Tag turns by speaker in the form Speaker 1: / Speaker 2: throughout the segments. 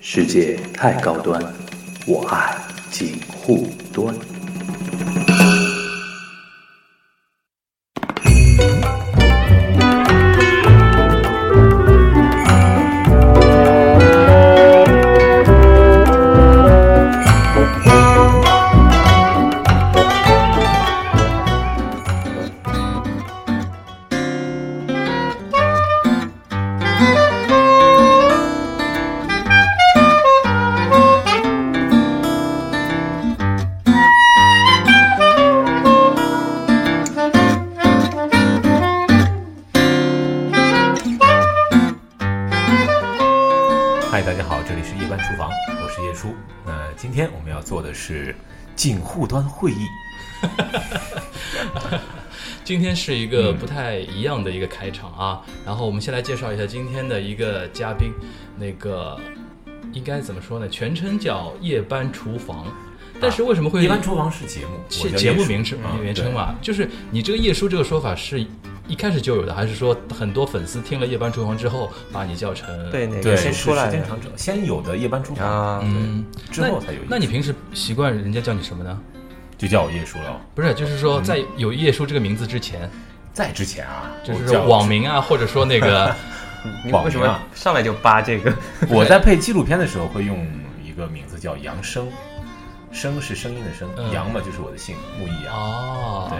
Speaker 1: 世界太高端，我爱锦护端。
Speaker 2: 嗨，大家好，这里是夜班厨房，我是叶叔。那今天我们要做的是警户端会议，
Speaker 3: 今天是一
Speaker 2: 嗯
Speaker 3: 个不太一样的一个开场啊，然后我们先来介绍一下今天的一个嘉宾，那个应该怎么说呢？全称叫夜班厨房，但是为什么会
Speaker 2: 夜班厨房是节目，我
Speaker 3: 是
Speaker 2: 叫
Speaker 3: 节目
Speaker 2: 叶叔
Speaker 3: 名称
Speaker 2: 嗯
Speaker 3: 名称嘛？就是你这个夜叔这个说法是一开始就有的，还是说很多粉丝听了夜班厨房之后把你叫成
Speaker 4: 对，哪
Speaker 2: 对，
Speaker 4: 个
Speaker 2: 对
Speaker 4: 先
Speaker 2: 是
Speaker 4: 出来
Speaker 2: 时间
Speaker 4: 的
Speaker 2: 长之后，先有的夜班厨房，
Speaker 4: 啊？
Speaker 3: 嗯，
Speaker 2: 之后才有
Speaker 3: 那。那你平时习惯人家叫你什么呢？
Speaker 2: 就叫我叶叔了。
Speaker 3: 不是，啊就是说在有叶叔这个名字之前，
Speaker 2: 在之前啊，
Speaker 3: 就
Speaker 2: 我
Speaker 3: 是
Speaker 2: 叫
Speaker 3: 网，名啊，或者说 那个
Speaker 4: 你
Speaker 2: 网
Speaker 4: 为什
Speaker 2: 名
Speaker 4: 么
Speaker 2: 啊。
Speaker 4: 上来就扒这个？
Speaker 2: 我在配纪录片的时候会用一个名字叫杨生，生是声音的生，
Speaker 3: 嗯
Speaker 2: 杨嘛就是我的姓，木易杨。
Speaker 3: 哦，
Speaker 2: 对，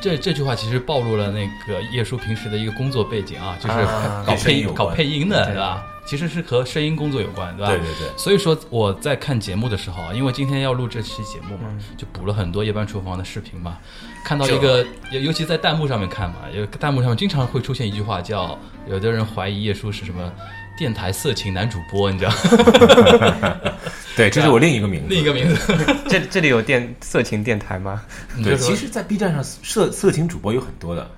Speaker 3: 这这句话其实暴露了那个叶叔平时的一个工作背景啊，就是
Speaker 4: 啊
Speaker 3: 搞
Speaker 2: 跟声
Speaker 3: 配
Speaker 2: 音
Speaker 3: 音、
Speaker 2: 有
Speaker 3: 搞
Speaker 2: 关
Speaker 3: 配音的，
Speaker 4: 对
Speaker 3: 对吧？其实是和声音工作有关，对吧？
Speaker 2: 对对对
Speaker 3: 所以说我在看节目的时候啊，因为今天要录这期节目
Speaker 2: 嗯
Speaker 3: 嘛，就补了很多夜班厨房的视频嘛，看到一个，尤尤其在弹幕上面看嘛，有弹幕上面经常会出现一句话叫，有的人怀疑叶叔是什么电台色情男主播，你知道
Speaker 2: 对，这是我另一个名字。
Speaker 3: 另一个名字，
Speaker 4: 这这里有电色情电台吗？
Speaker 2: 对，
Speaker 3: 你就说
Speaker 2: 其实，在 B 站上色色情主播有很多的，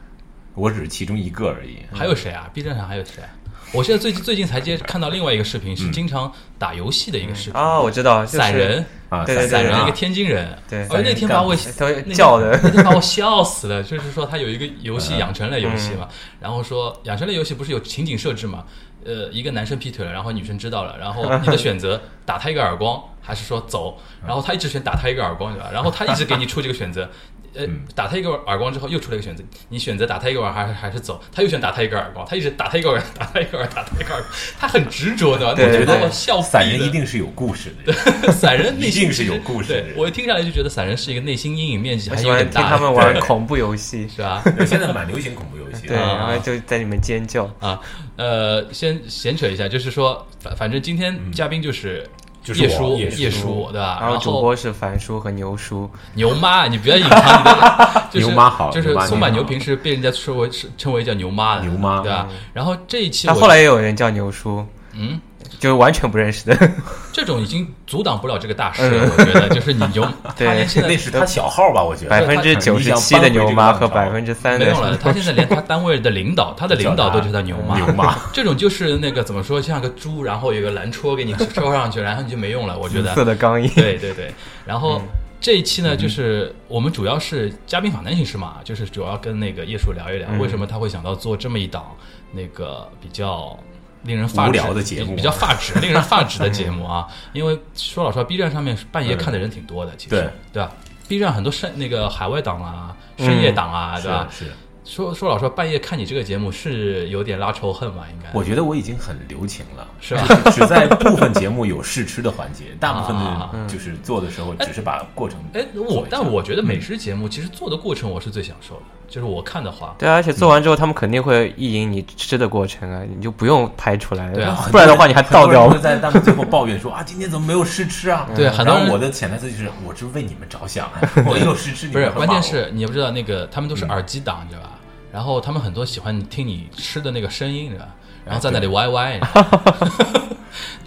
Speaker 2: 我只是其中一个而已。
Speaker 3: 还有谁
Speaker 4: 嗯
Speaker 3: 啊？B 站上还有谁啊？我现在最近最近才接看到另外一个视频，是经常打游戏的一个视频，
Speaker 4: 嗯啊，我知道，就是
Speaker 3: 散人，
Speaker 2: 啊，
Speaker 4: 对对
Speaker 2: 散
Speaker 3: 散人
Speaker 2: 人
Speaker 3: 一个
Speaker 2: 啊，
Speaker 3: 天津人，
Speaker 4: 对
Speaker 3: 而那天把我
Speaker 4: 都
Speaker 3: 那天
Speaker 4: 叫的
Speaker 3: 那天把我笑死了。就是说他有一个游
Speaker 2: 嗯
Speaker 3: 戏养成类游戏
Speaker 4: 嗯
Speaker 3: 嘛，然后说养成类游戏不是有情景设置嘛？呃，一个男生劈腿了，然后女生知道了，然后你的选 择打他一个耳光，还是说走？然后他一直选打他一个耳光，对吧？然后他一直给你出这个选择。呃，
Speaker 2: 嗯
Speaker 3: 打他一个耳光之后，又出了一个选择，你选择打他一个耳还是还是走？他又选打他一个耳光，他一直打他一个耳， 打他一个耳，打他一个耳，他很执着，对吧？
Speaker 4: 对
Speaker 3: 我觉
Speaker 4: 对
Speaker 3: 得
Speaker 4: 对
Speaker 3: 我笑
Speaker 2: 散
Speaker 3: 毙
Speaker 2: 人
Speaker 3: 了
Speaker 2: 一定是有故事的。
Speaker 3: 散人内心
Speaker 2: 一定是有故事的
Speaker 3: 对我听下来就觉得散人是一个内心阴影面积
Speaker 4: 我
Speaker 3: 还
Speaker 4: 喜
Speaker 3: 有
Speaker 4: 欢
Speaker 3: 点
Speaker 4: 听
Speaker 3: 大的，
Speaker 4: 他们玩
Speaker 2: 对啊
Speaker 4: 恐怖游戏，
Speaker 3: 是吧？
Speaker 2: 对现在蛮流行恐怖游戏
Speaker 4: 对，啊
Speaker 2: 的。
Speaker 4: 然后就在里面尖叫。
Speaker 3: 啊，呃，先闲扯一下，就是说，反反正今天嘉宾就是
Speaker 2: 嗯就是
Speaker 3: 叶
Speaker 2: 我
Speaker 3: 叔，
Speaker 2: 叶叔
Speaker 3: 叶叔，对吧？
Speaker 4: 然
Speaker 3: 然
Speaker 4: 后主播是樊叔和牛叔，
Speaker 3: 牛妈，你不要隐藏 你的，就是
Speaker 2: 牛妈好
Speaker 3: 就是
Speaker 2: 牛妈
Speaker 3: 松板
Speaker 2: 牛
Speaker 3: 牛
Speaker 2: 好
Speaker 3: 平时被人家称为称为叫牛妈的，
Speaker 2: 牛妈
Speaker 3: 对吧？然后这一期
Speaker 4: 但
Speaker 3: 我
Speaker 4: 后来也有人叫牛叔，
Speaker 3: 嗯，
Speaker 4: 就是完全不认识的。
Speaker 3: 这种已经阻挡不了这个大势了，我觉得就是你 牛，
Speaker 4: 对
Speaker 3: 他连现在
Speaker 2: 嗯那是他小号吧？我觉
Speaker 4: 百
Speaker 2: 得
Speaker 4: 分之九十七的牛妈和百分之三
Speaker 3: 没
Speaker 4: 的
Speaker 3: 有了，他现在连他单位的领导，他的领导都叫他牛 妈。
Speaker 2: 牛 妈
Speaker 3: 这种就是那个怎么说，像个猪，然后有个蓝戳给你 戳上去，然后你就没用了。我觉
Speaker 4: 紫
Speaker 3: 得
Speaker 4: 色，的钢印。
Speaker 3: 对对对。然
Speaker 2: 嗯
Speaker 3: 后这一期呢，就是我们主要是嘉宾访谈形式
Speaker 2: 嗯
Speaker 3: 嘛，就是主要跟那个叶叔聊一聊，为什么他会想到做这么一档那个比较。令人发指
Speaker 2: 无聊的节目
Speaker 3: 比比较发 指，令人发指的节目啊！因为说老实话，B 站上面半夜看的人挺多的，其实
Speaker 2: 对
Speaker 3: 对吧？B 站很多深那个海外档啊、深夜档啊，对吧？
Speaker 2: 嗯是 是。
Speaker 3: 说说老实话，半夜看你这个节目是有点拉仇恨吧？应该
Speaker 2: 我觉得我已经很留情了，
Speaker 3: 是吧？
Speaker 2: 只在部分节目有试吃的环节，大部分
Speaker 3: 啊
Speaker 2: 的就是做的时候只是把过程
Speaker 3: 哎，
Speaker 2: 做
Speaker 3: 我
Speaker 2: 一下嗯
Speaker 3: 但我觉得美食节目其实做的过程我是最享受的，就是我看的话，
Speaker 4: 对啊，而且做完之后，他们肯定会意淫你吃的过程啊，你就不用拍出来，
Speaker 3: 对啊
Speaker 2: 很多人
Speaker 4: 不然的话你还倒掉
Speaker 2: 很多人会在弹幕最后抱怨 说啊，今天怎么没有试吃啊？
Speaker 3: 对很多人
Speaker 2: 然后我的潜台词就是，我是为你们着想，啊 我有试吃，你嗯
Speaker 3: 不
Speaker 2: 们
Speaker 3: 是
Speaker 2: 会
Speaker 3: 关
Speaker 2: 骂
Speaker 3: 键
Speaker 2: 我
Speaker 3: 是你也不知道那个他们都是耳机党，你知道吧？然后他们很多喜欢听你吃的那个声音，对吧？然后在那
Speaker 2: 啊
Speaker 3: 里歪歪，你知道吧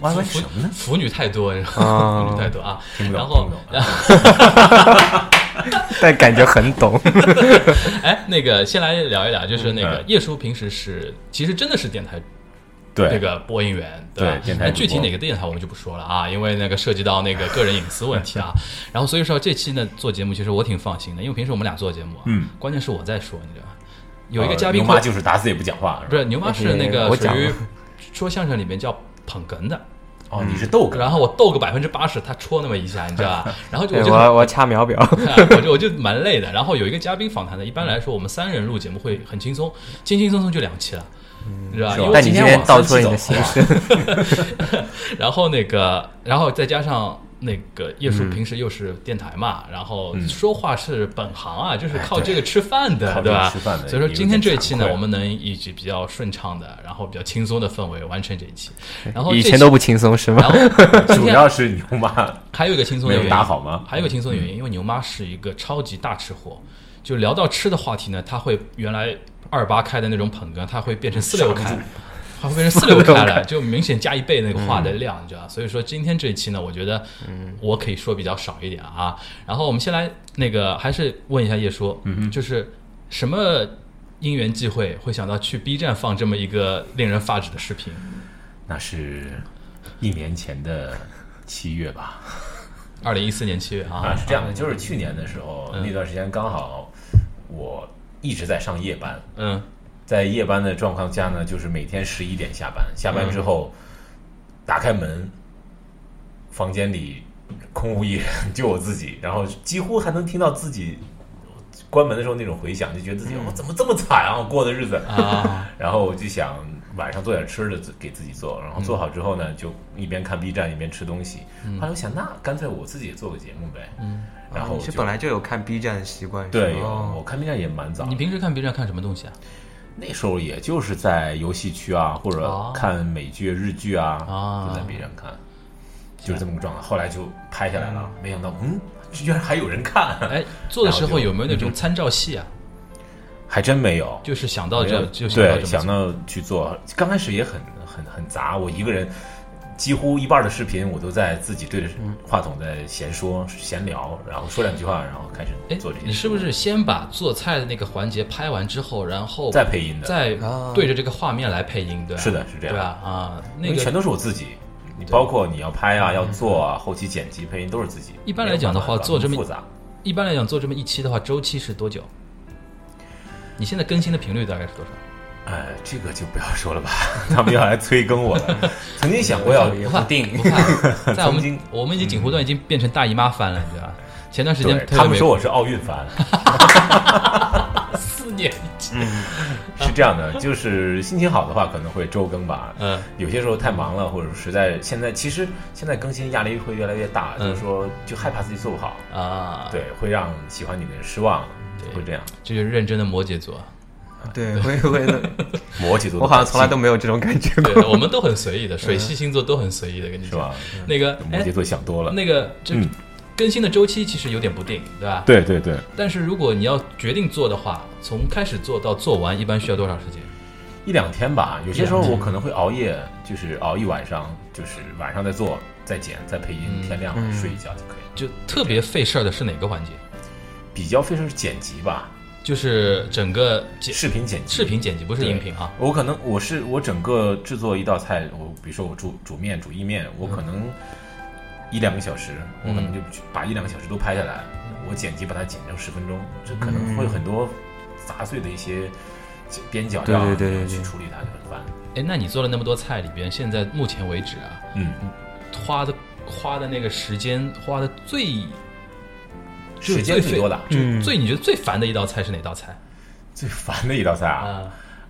Speaker 2: 歪歪
Speaker 3: 腐
Speaker 2: 什么呢？
Speaker 3: 腐女太多，你知道
Speaker 4: 啊
Speaker 3: 吗？ 腐女太多啊！
Speaker 2: 听不懂
Speaker 3: 然后
Speaker 2: 听不懂
Speaker 3: 然后
Speaker 4: 但感觉很懂。
Speaker 3: 哎，那个先来聊一聊，就是那个
Speaker 2: 嗯
Speaker 3: 叶叔平时是其实真的是电台
Speaker 2: 对
Speaker 3: 那个播音员，吧
Speaker 2: 对？电台
Speaker 3: 那
Speaker 2: 主
Speaker 3: 具体
Speaker 2: 播
Speaker 3: 哪个电台我们就不说了啊，因为那个涉及到那个个人隐私问 题啊。然后所以说这期呢做节目，其实我挺放心的，因为平时我们俩做节目啊，
Speaker 2: 嗯
Speaker 3: 关键是我在说，你知道吧？有一个
Speaker 2: 呃
Speaker 3: 嘉宾
Speaker 2: 牛妈
Speaker 3: 会，
Speaker 2: 就是打死也不讲话，
Speaker 3: 不是牛妈是那个
Speaker 4: 我
Speaker 3: 属
Speaker 4: 讲
Speaker 3: 于
Speaker 4: 了
Speaker 3: 说相声里面叫捧哏的，
Speaker 2: 哦，你是逗哏，
Speaker 3: 嗯然后我斗个百分之八十，他戳那么一下，你知道 吧？然后就我
Speaker 4: 对
Speaker 3: 就
Speaker 4: 我我掐秒表，
Speaker 3: 哎 我就我就蛮累的。然后有一个嘉宾访谈的，一般来说我们三人录节目会很轻松，轻轻松松就两期了，你知道吧？
Speaker 2: 嗯是吧
Speaker 3: 因为
Speaker 4: 但
Speaker 3: 今
Speaker 4: 你今
Speaker 3: 天
Speaker 4: 天
Speaker 3: 我
Speaker 4: 道出了你的
Speaker 2: 三
Speaker 4: 心声，
Speaker 3: 然后那个，然后再加上那个叶
Speaker 2: 嗯
Speaker 3: 叔平时又是电台嘛，然后说话是本行啊，就是靠这个吃饭的，
Speaker 2: 哎靠这
Speaker 3: 对
Speaker 2: 个
Speaker 3: 吧
Speaker 2: 吃饭？的
Speaker 3: 所以说
Speaker 2: 有
Speaker 3: 今天这
Speaker 2: 点
Speaker 3: 一期呢
Speaker 2: 惭，愧
Speaker 3: 我们能以及比较顺畅的，然后比较轻松的氛围完成这一期。然后
Speaker 4: 以
Speaker 3: 这
Speaker 4: 前都不轻松是
Speaker 3: 然
Speaker 4: 吗？
Speaker 3: 后 今
Speaker 2: 主
Speaker 3: 天
Speaker 2: 要是牛妈
Speaker 3: 还有一个轻松
Speaker 2: 没
Speaker 3: 的
Speaker 2: 有
Speaker 3: 原因
Speaker 2: 打好吗嗯
Speaker 3: 还有一个轻松的原因，因为牛妈是一个超级大吃货，就聊到吃的话题呢，她会原来二八开的那种捧哏，她会变成四六 开。它会变成四六开了，就明显加一倍那个话的量，
Speaker 2: 嗯
Speaker 3: 你知道吧？所以说今天这一期呢，我觉得我可以说比较少一点啊。然后我们先来那个，还是问一下叶叔，
Speaker 2: 嗯
Speaker 3: 就是什么因缘际会会想到去 B 站放这么一个令人发指的视频？
Speaker 2: 那是一年前的七月吧。
Speaker 3: 二零一四年七月
Speaker 2: 啊，
Speaker 3: 啊，嗯
Speaker 2: 是这样的，就是去年的时候，那段时间刚好我一直在上夜班，
Speaker 3: 嗯
Speaker 2: 在夜班的状况下呢，就是每天十一点下班，下
Speaker 4: 嗯
Speaker 2: 班之后打开门，房间里空无一人， 就我自己，然后几乎还能听到自己关门的时候那种回响，就觉得自
Speaker 4: 嗯
Speaker 2: 己我哦怎么这么惨啊，我过的日子
Speaker 3: 啊。
Speaker 2: 然后我就想晚上做点吃的自给自己做，然后做好之后呢，就一边看 B 站一边吃东西。
Speaker 4: 嗯
Speaker 2: 后来我想，那干脆我自己也做个节目呗。然后
Speaker 4: 哦你
Speaker 2: 我
Speaker 4: 是
Speaker 2: 就
Speaker 4: 本来就哦有看 B 站的习惯，
Speaker 2: 对，
Speaker 4: 是
Speaker 2: 有
Speaker 4: 吗
Speaker 2: 我看 B 站也蛮 早的
Speaker 3: 你，平时看 B 站看什么东西啊？
Speaker 2: 那时候也就是在游戏区啊，或
Speaker 3: 哦
Speaker 2: 者看美剧、日剧
Speaker 3: 啊
Speaker 2: 啊，就在 B 站看，就是这么个状态。后来就拍下来了，没想到，嗯，居然还有人看，啊
Speaker 3: 哎，做的时
Speaker 2: 然
Speaker 3: 候
Speaker 2: 后就嗯
Speaker 3: 有没有那种参照系啊？
Speaker 2: 还真没有。
Speaker 3: 就是想到
Speaker 2: 没
Speaker 3: 这
Speaker 2: 有
Speaker 3: 就想到
Speaker 2: 对，
Speaker 3: 这
Speaker 2: 想
Speaker 3: 么
Speaker 2: 到去做，刚开始也很很很杂，我一个人几乎一半的视频我都在自己对着
Speaker 3: 嗯
Speaker 2: 话筒在闲说闲聊，然后说两句话，然后开始
Speaker 3: 哎
Speaker 2: 做这，些。
Speaker 3: 你是不是先把做菜的那个环节拍完之后，然后
Speaker 2: 再配音的？
Speaker 3: 再
Speaker 4: 啊
Speaker 3: 对着这个画面来配音？对吧，
Speaker 2: 是的是这样
Speaker 3: 对吧？啊，
Speaker 2: 因
Speaker 3: 那
Speaker 2: 为
Speaker 3: 个嗯
Speaker 2: 全都是我自己，你包括你要拍啊、要做啊、后期剪辑、配音都是自己。
Speaker 3: 一般来讲的话
Speaker 2: 没有办法
Speaker 3: 做这么
Speaker 2: 复杂，
Speaker 3: 一般来讲做这么一期的话，周期是多久？你现在更新的频率大概是多少？
Speaker 2: 哎，这个就不要说了吧， 他们要来催更我 了。曾经想过要
Speaker 4: 也
Speaker 3: 不
Speaker 4: 不
Speaker 3: 怕
Speaker 4: 定
Speaker 3: 不怕， 在我
Speaker 2: 曾经
Speaker 3: 们我们已经锦湖端已经变成大姨妈番了，你知道吧？前段时间
Speaker 2: 对
Speaker 3: 特别
Speaker 2: 他们说我是奥运 番。
Speaker 3: 四年一期，
Speaker 2: 是这样的，就是心情好的话可能会周更吧。
Speaker 3: 嗯，
Speaker 2: 有些时候太忙了，或者实在现在其实现在更新压力会越来越大，
Speaker 3: 嗯
Speaker 2: 就是说就害怕自己做不好，
Speaker 3: 啊，，
Speaker 2: 对，会让喜欢你的人失望，会这样。
Speaker 3: 这就是认真的摩羯座。
Speaker 4: 对，会 会的，
Speaker 2: 摩羯座的
Speaker 4: 我好像从来都没有这种感觉过。
Speaker 3: 对，我们都很随意的，
Speaker 2: 嗯
Speaker 3: 水系星座都很随意的，跟你
Speaker 2: 是
Speaker 3: 说。
Speaker 2: 吧？
Speaker 3: 那个，
Speaker 2: 摩
Speaker 3: 哎
Speaker 2: 羯，座想多了。
Speaker 3: 那个，这
Speaker 2: 嗯
Speaker 3: 更新的周期其实有点不定，对吧？
Speaker 2: 对对对，
Speaker 3: 但是如果你要决定做的话，从开始做到做完，一般需要多少时间？
Speaker 2: 一两天吧，有些时候我可能会熬夜，就是熬一晚上，就是晚上再做、再剪、再配音，天亮了睡一觉就可以了。
Speaker 3: 就特别费事儿的是哪个环节？
Speaker 2: 比较费事儿是剪辑吧，
Speaker 3: 就是整个剪
Speaker 2: 视频剪辑，
Speaker 3: 视频剪辑，不是
Speaker 2: 对
Speaker 3: 音频啊。
Speaker 2: 我可能我是我整个制作一道菜，我比如说我煮煮面、煮意面，我可能一两个小时，我可能就把一两个小时都拍下来，我剪辑把它剪成十分钟，这可能会有很多杂碎的一些边角料啊
Speaker 4: 对对对对
Speaker 2: 去
Speaker 4: 对
Speaker 2: 处理它就很烦。
Speaker 3: 哎，那你做了那么多菜里边，现在目前为止啊，
Speaker 2: 嗯，
Speaker 3: 花的花的那个时间花的最就
Speaker 2: 时间
Speaker 3: 最
Speaker 2: 最多的
Speaker 3: 就最你觉得最烦的一道菜是哪道菜
Speaker 2: 最烦的一道菜啊，
Speaker 3: 啊？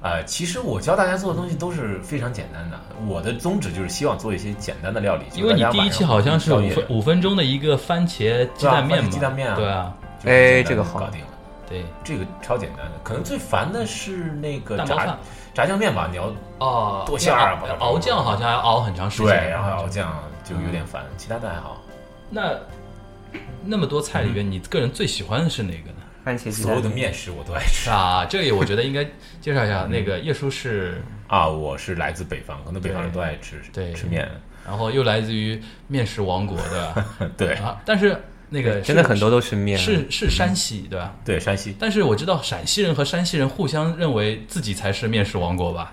Speaker 2: 呃，其实我教大家做的东西都是非常简单的，我的宗旨就是希望做一些简单的料理，
Speaker 3: 因为你
Speaker 2: 就是大家
Speaker 3: 第一期好像是
Speaker 2: 晚
Speaker 3: 五
Speaker 2: 上可以
Speaker 3: 分五分钟的一个番茄鸡蛋面
Speaker 2: 对啊
Speaker 3: 嘛，
Speaker 2: 番茄鸡蛋面啊
Speaker 3: 对啊，
Speaker 2: 宵夜
Speaker 4: 哎这个好
Speaker 2: 搞定了。
Speaker 3: 对，
Speaker 2: 这个超简单的，可能最烦的是那个
Speaker 3: 蛋包
Speaker 2: 炸
Speaker 3: 饭
Speaker 2: 炸酱面吧，你要
Speaker 3: 哦，
Speaker 2: 剁馅儿啊
Speaker 3: 要
Speaker 2: 把它
Speaker 3: 熬酱好像要熬很长时间，啊
Speaker 2: 对，然
Speaker 4: 啊
Speaker 2: 后熬酱就有点烦，其他的还好。
Speaker 4: 嗯
Speaker 3: 那那么多菜里边，你个人最喜欢的是哪个呢？
Speaker 4: 番茄鸡
Speaker 2: 所有的
Speaker 4: 蛋，
Speaker 2: 面食我都爱吃
Speaker 3: 啊，这个我觉得应该介绍一
Speaker 4: 嗯
Speaker 3: 下，那个叶叔是，
Speaker 2: 啊，我是来自北方，可能北方人
Speaker 3: 对
Speaker 2: 都爱吃
Speaker 3: 对
Speaker 2: 吃面，
Speaker 3: 然后又来自于面食王国，对吧？
Speaker 2: 对
Speaker 3: 啊，但是那个
Speaker 4: 真的
Speaker 3: 是
Speaker 4: 很多都是面，
Speaker 3: 是是山西，对吧？
Speaker 2: 对，山西
Speaker 3: 但是我知道陕西人和山西人互相认为自己才是面食王国吧？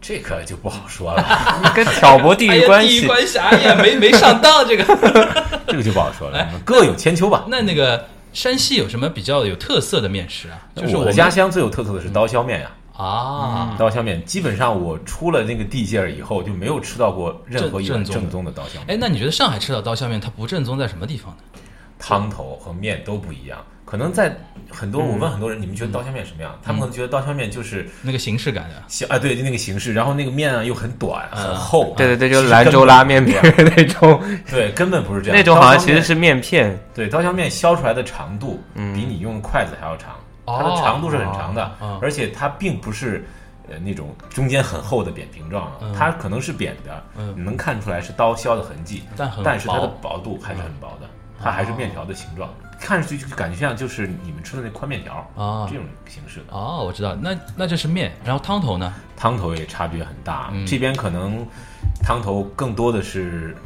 Speaker 2: 这个就不好说 了，
Speaker 4: 跟挑拨地
Speaker 3: 哎
Speaker 4: 域
Speaker 3: 呀，
Speaker 4: 关
Speaker 3: 地域
Speaker 4: 系。
Speaker 3: 关系，哎呀，没没上当这个。
Speaker 2: 这个就不好说了，各有千秋吧。
Speaker 3: 那那个山西有什么比较有特色的面食啊？就是
Speaker 2: 我的
Speaker 3: 们
Speaker 2: 家乡最有特色的是刀削面呀，
Speaker 3: 啊，
Speaker 2: 刀削面，基本上我出了那个地界儿以后，就没有吃到过任何一碗
Speaker 3: 正正宗的
Speaker 2: 正宗的刀削面。
Speaker 3: 哎，那你觉得上海吃到刀削面它不正宗在什么地方呢？
Speaker 2: 汤头和面都不一样。可能在很多
Speaker 3: 嗯
Speaker 2: 我问很多人，你们觉得刀削面什么样？他们可能觉得刀削面就是
Speaker 3: 那个形式感的，
Speaker 2: 小啊，对，就那个形式，然后那个面啊又很短
Speaker 3: 嗯
Speaker 2: 很厚。啊
Speaker 4: 对对对，
Speaker 2: 其
Speaker 4: 就
Speaker 2: 实
Speaker 4: 兰
Speaker 2: 根
Speaker 4: 州
Speaker 2: 本
Speaker 4: 拉 面
Speaker 2: 不是
Speaker 4: 片
Speaker 2: 这样
Speaker 4: 儿那种，
Speaker 2: 对，根本不是这样。
Speaker 4: 那种好像
Speaker 2: 刀削
Speaker 4: 其
Speaker 2: 面
Speaker 4: 实是嗯面片，
Speaker 2: 对刀削面削出来的长度比你用筷子还要长，
Speaker 3: 哦
Speaker 2: 它的长度是很长的
Speaker 3: 哦，
Speaker 2: 而且它并不是。呃，那种中间很厚的扁平状啊，它可能是扁的，
Speaker 3: 嗯
Speaker 2: 你能看出来是刀削的痕迹，
Speaker 3: 但很
Speaker 2: 但是它的
Speaker 3: 薄嗯
Speaker 2: 薄度还是很薄的，它还是面条的形状，看上去就感觉像就是你们吃的那宽面条
Speaker 3: 哦
Speaker 2: 这种形式的。
Speaker 3: 哦，我知道，那那就是面，然后汤头呢？
Speaker 2: 汤头也差别很大，
Speaker 3: 嗯
Speaker 2: 这边可能汤头更多的是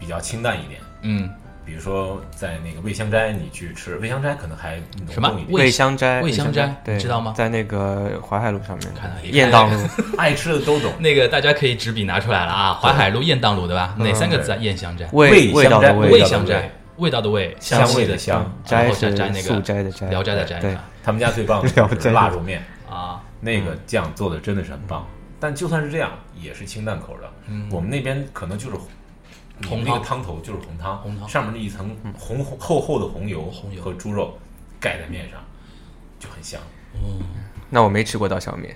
Speaker 2: 比较清淡一点，
Speaker 3: 嗯，
Speaker 2: 比如说在那个味香斋你去吃，味香斋可能还浓
Speaker 3: 什么
Speaker 2: 重一点。
Speaker 3: 味
Speaker 4: 味香斋，
Speaker 3: 味香斋
Speaker 4: 对，
Speaker 3: 你知道吗
Speaker 4: 在那个淮海路上面
Speaker 3: 看来，一
Speaker 4: 雁
Speaker 3: 看
Speaker 4: 荡路，
Speaker 2: 爱吃的都懂。
Speaker 3: 那个大家可以纸笔拿出来了啊，淮海路雁荡路对吧？哪三个字啊？雁香斋，
Speaker 4: 味
Speaker 2: 味
Speaker 4: 味
Speaker 2: 香
Speaker 4: 道
Speaker 2: 斋
Speaker 4: 的
Speaker 2: 嗯味道
Speaker 4: 味
Speaker 2: 的
Speaker 3: 香
Speaker 2: 味
Speaker 3: 斋，味道的味，
Speaker 2: 香
Speaker 3: 气
Speaker 2: 味的
Speaker 3: 的嗯
Speaker 2: 香
Speaker 3: 然
Speaker 4: 斋
Speaker 3: 后再
Speaker 4: 是
Speaker 3: 摘那个
Speaker 4: 素斋的斋，
Speaker 3: 聊斋的斋
Speaker 4: 对，
Speaker 2: 他们家最 棒的
Speaker 4: 了
Speaker 2: 就是
Speaker 4: 解
Speaker 2: 腊肉面，
Speaker 3: 啊，
Speaker 2: 那个酱做的真的是
Speaker 3: 嗯
Speaker 2: 很棒。但就算是这样，也是清淡口的。我们那边可能就是
Speaker 3: 红
Speaker 2: 你那个
Speaker 3: 汤
Speaker 2: 汤头就是红汤，
Speaker 3: 红汤嗯
Speaker 2: 上面那一层红红厚厚的红油
Speaker 3: 红油
Speaker 2: 和猪肉盖在面上，就很香。
Speaker 4: 那我没吃过刀削 面，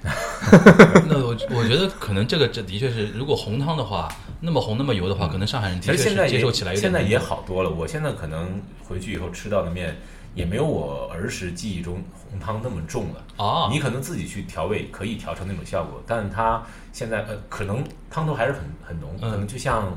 Speaker 3: 那我我觉得可能这个这的确是，如果红汤的话，那么红那么油的话，可能上海人
Speaker 2: 其
Speaker 3: 的
Speaker 2: 实
Speaker 3: 确
Speaker 2: 现在
Speaker 3: 是接
Speaker 2: 也
Speaker 3: 受起来有
Speaker 2: 现
Speaker 3: 点
Speaker 2: 在
Speaker 3: 难
Speaker 2: 也好多了。我现在可能回去以后吃到的面，也没有我儿时记忆中红汤那么重了。
Speaker 3: 哦，
Speaker 2: 你可能自己去调味，可以调成那种效果，但是它现在呃，可能汤头还是很很浓，
Speaker 3: 嗯
Speaker 2: 可能就像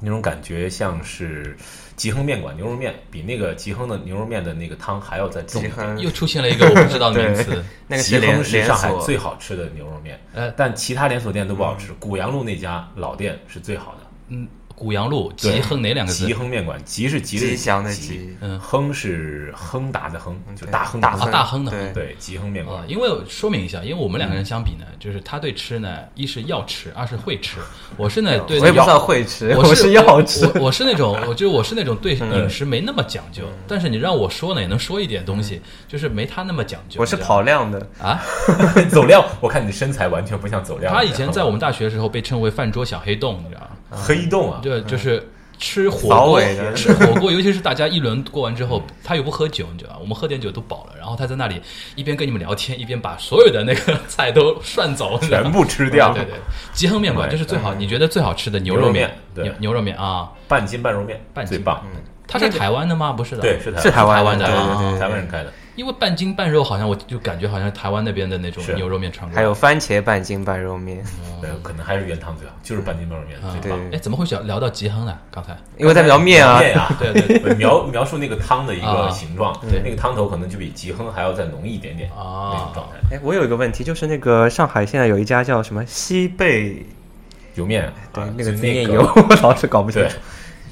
Speaker 2: 那种感觉，像是吉亨面馆牛肉面，比那个吉亨的牛肉面的那个汤还要再重一
Speaker 4: 吉
Speaker 2: 点。
Speaker 4: 亨
Speaker 3: 又出现了一个我不知道的 名词，
Speaker 4: 那个
Speaker 2: 吉
Speaker 4: 是连
Speaker 2: 亨是
Speaker 4: 连
Speaker 2: 上海
Speaker 4: 锁嗯
Speaker 2: 最好吃的牛肉面，
Speaker 3: 呃
Speaker 2: 但其他连锁店都不好吃。古阳路那家老店是最好的，
Speaker 3: 嗯，古阳路
Speaker 2: 对
Speaker 3: 吉亨哪两个字
Speaker 2: 吉？亨面馆，吉是吉日
Speaker 4: 吉祥的
Speaker 2: 吉，
Speaker 4: 吉，嗯
Speaker 3: 嗯
Speaker 2: 亨是亨达的亨，就
Speaker 4: 对
Speaker 2: 大亨
Speaker 4: 大
Speaker 2: 的
Speaker 3: 啊，
Speaker 2: 亨
Speaker 3: 大亨的亨
Speaker 4: 对嗯
Speaker 2: 对，吉亨面馆
Speaker 3: 啊，。因为说明一下，因为我们两个人相比呢，就是他对吃呢，一是要吃，二是会 吃。我是呢，对
Speaker 4: 我也不
Speaker 3: 要
Speaker 4: 知道会吃，
Speaker 3: 我
Speaker 4: 是
Speaker 3: 是
Speaker 4: 要吃
Speaker 3: 我，我我是那 种，我就我是那种对饮食没那么讲究，
Speaker 4: 嗯
Speaker 3: 但是你让我说呢，也能说一点东西，就是没他那么讲究。
Speaker 4: 我是
Speaker 3: 你知道
Speaker 4: 跑量的，
Speaker 3: 啊，
Speaker 2: 走量，我看你的身材完全不像走量的
Speaker 3: 他
Speaker 2: 人。
Speaker 3: 以前在我们大学的时候被称为饭桌小黑洞，你知道吗？
Speaker 2: 黑洞
Speaker 4: 嗯
Speaker 2: 啊，
Speaker 3: 就就是吃火
Speaker 4: 扫
Speaker 3: 锅
Speaker 4: 尾的，
Speaker 3: 吃火锅， 尤其是大家一轮过完之后，他又不喝酒，你知道吧？我们喝点酒都饱了，然后他在那里一边跟你们聊天，一边把所有的那个菜都涮 走，你知道
Speaker 2: 全
Speaker 3: 吧
Speaker 2: 部吃掉，
Speaker 3: 对对对，吉亨面馆这是最好，你觉得最好吃的牛肉面，
Speaker 2: 牛肉面对
Speaker 3: 牛牛肉面啊，
Speaker 2: 半斤半肉面，
Speaker 3: 半斤
Speaker 2: 最棒。
Speaker 3: 它是台湾的吗？不是的，
Speaker 2: 对，，是台
Speaker 4: 是台
Speaker 2: 湾
Speaker 3: 湾
Speaker 4: 湾
Speaker 3: 的
Speaker 4: 对
Speaker 3: 啊
Speaker 4: 对对
Speaker 2: 台湾人开的，
Speaker 3: 因为半斤半肉好像我就感觉好像台湾那边的那种
Speaker 2: 是
Speaker 3: 牛肉面传过来。
Speaker 4: 还有番茄半斤半肉面，
Speaker 3: 嗯
Speaker 2: 对，可能还是原汤最好，就是半斤半肉面
Speaker 3: 啊
Speaker 2: 最棒。
Speaker 4: 对
Speaker 3: 哎，怎么会聊聊到吉亨呢？刚才
Speaker 4: 因为在聊面啊，
Speaker 2: 面啊，
Speaker 3: 对对
Speaker 2: 对，描描述那个汤的一个
Speaker 3: 啊
Speaker 2: 形状，
Speaker 3: 对
Speaker 2: 那个汤头可能就比吉亨还要再浓一点点
Speaker 3: 啊
Speaker 2: 那种状态。
Speaker 4: 哎，我有一个问题，就是那个上海现在有一家叫什么西贝，
Speaker 2: 油面，
Speaker 4: 对，
Speaker 2: 啊
Speaker 4: 那
Speaker 2: 就
Speaker 4: 个
Speaker 2: 个
Speaker 4: 字念油，我老是搞不清
Speaker 2: 对
Speaker 4: 楚。，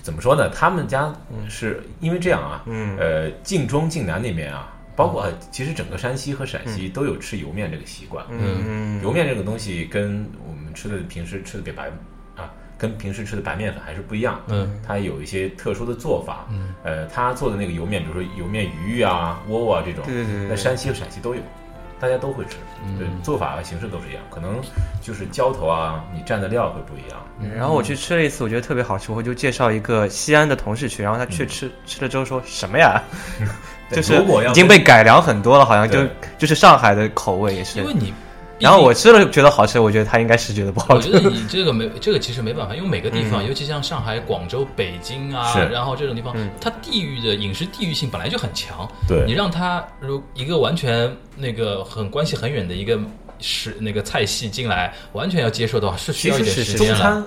Speaker 2: 怎么说呢？他们家是因为这样啊，
Speaker 4: 嗯
Speaker 2: 呃，晋中、晋南那边啊，包括呃其实整个山西和陕西都有吃油面这个习惯。
Speaker 4: 嗯，
Speaker 2: 油面这个东西跟我们吃的平时吃的白啊，跟平时吃的白面粉还是不一样。
Speaker 3: 嗯，
Speaker 2: 它有一些特殊的做法。嗯，呃，它做的那个油面，比如说油面鱼啊、窝窝啊这种，
Speaker 4: 对对对对嗯
Speaker 2: 在山西和陕西都有，大家都会吃。
Speaker 3: 嗯
Speaker 2: 对，做法和形式都是一样，可能就是浇头啊，你蘸的料会不一样。
Speaker 4: 然后我去吃了一次，我觉得特别好吃，我就介绍一个西安的同事去，然后他去吃、吃了之后说什么呀，
Speaker 2: 对
Speaker 4: 就是
Speaker 2: 如果要
Speaker 4: 已经被改良很多了，好像就
Speaker 2: 对
Speaker 4: 就是上海的口味也是
Speaker 3: 因。为你，
Speaker 4: 然后我吃了觉得好吃，我觉得他应该是觉得不好
Speaker 3: 我觉
Speaker 4: 吃。
Speaker 3: 得你这个没这个其实没办法，因为每个地方，尤其像上海、广州、北京啊
Speaker 2: 是，
Speaker 3: 然后这种地方，它地域的饮食地域性本来就很强。
Speaker 2: 对
Speaker 3: 你让它如一个完全那个很关系很远的一个食那个菜系进来，完全要接受的话，是
Speaker 2: 其
Speaker 3: 需要
Speaker 2: 实
Speaker 3: 一点
Speaker 2: 是
Speaker 3: 时
Speaker 2: 中
Speaker 3: 间了。
Speaker 2: 餐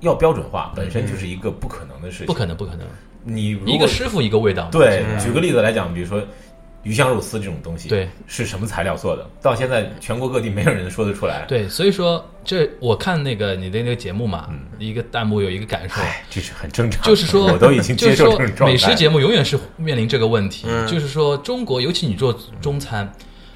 Speaker 2: 要标准化，本身就是一个不可能的事情。
Speaker 3: 不可能，不可能，
Speaker 2: 你如果
Speaker 3: 一个师傅一个味道。
Speaker 2: 对，举
Speaker 4: 嗯
Speaker 2: 个例子来讲，比如说鱼香肉丝这种东西，
Speaker 3: 对，
Speaker 2: 是什么材料做的？到现在全国各地没有人说得出来。，
Speaker 3: 对，所以说这我看那个你的那个节目嘛，一个弹幕有一个感受，
Speaker 2: 哎，这是很正常的。
Speaker 3: 就是说，
Speaker 2: 嗯 我都已 经接受这
Speaker 3: 就
Speaker 2: 种
Speaker 3: 是
Speaker 2: 状
Speaker 3: 说
Speaker 2: 态。嗯
Speaker 3: 美食节目永远是面临这个问题，就是说，中国尤其你做中餐，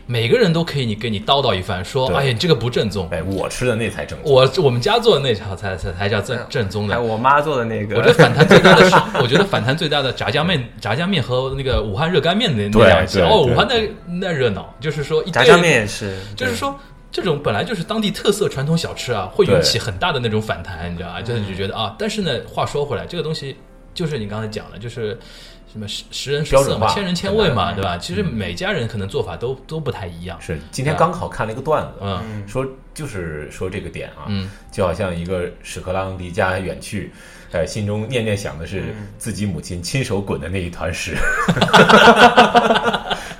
Speaker 3: 每个人都可以你给你叨叨一番，说
Speaker 2: 对
Speaker 3: 哎呀你这个不正宗，
Speaker 2: 哎，我吃的那才正宗。
Speaker 3: 我我们家做的那条才才才叫正正宗
Speaker 4: 还
Speaker 3: 的
Speaker 4: 有。哎我妈做的那个，
Speaker 3: 我觉得反弹最大的是，我觉得反弹最大的炸酱面、炸酱面和那个武汉热干面那那
Speaker 2: 对
Speaker 3: 两期
Speaker 2: 对
Speaker 3: 哦，
Speaker 2: 对
Speaker 3: 武汉那那热闹，就是说一
Speaker 4: 炸
Speaker 3: 堆
Speaker 4: 酱面也是，
Speaker 3: 就是说，这种本来就是当地特色传统小吃啊，会
Speaker 2: 对
Speaker 3: 引起很大的那种反弹，你知道吧？就是就觉得啊，但是呢，话说回来，这个东西就是你刚才讲的，就是什么十十人十
Speaker 2: 标
Speaker 3: 色
Speaker 2: 准
Speaker 3: 嘛，
Speaker 2: 化
Speaker 3: 千人千味嘛，
Speaker 4: 嗯
Speaker 3: 对吧？其实每家人可能做法都都不太一样，
Speaker 2: 是今天刚好看了一个段子，
Speaker 3: 嗯
Speaker 2: 说就是说这个点啊，
Speaker 3: 嗯
Speaker 2: 就好像一个屎壳郎离家远去，呃，心中念念想的是
Speaker 3: 嗯
Speaker 2: 自己母亲亲手滚的那一团 屎，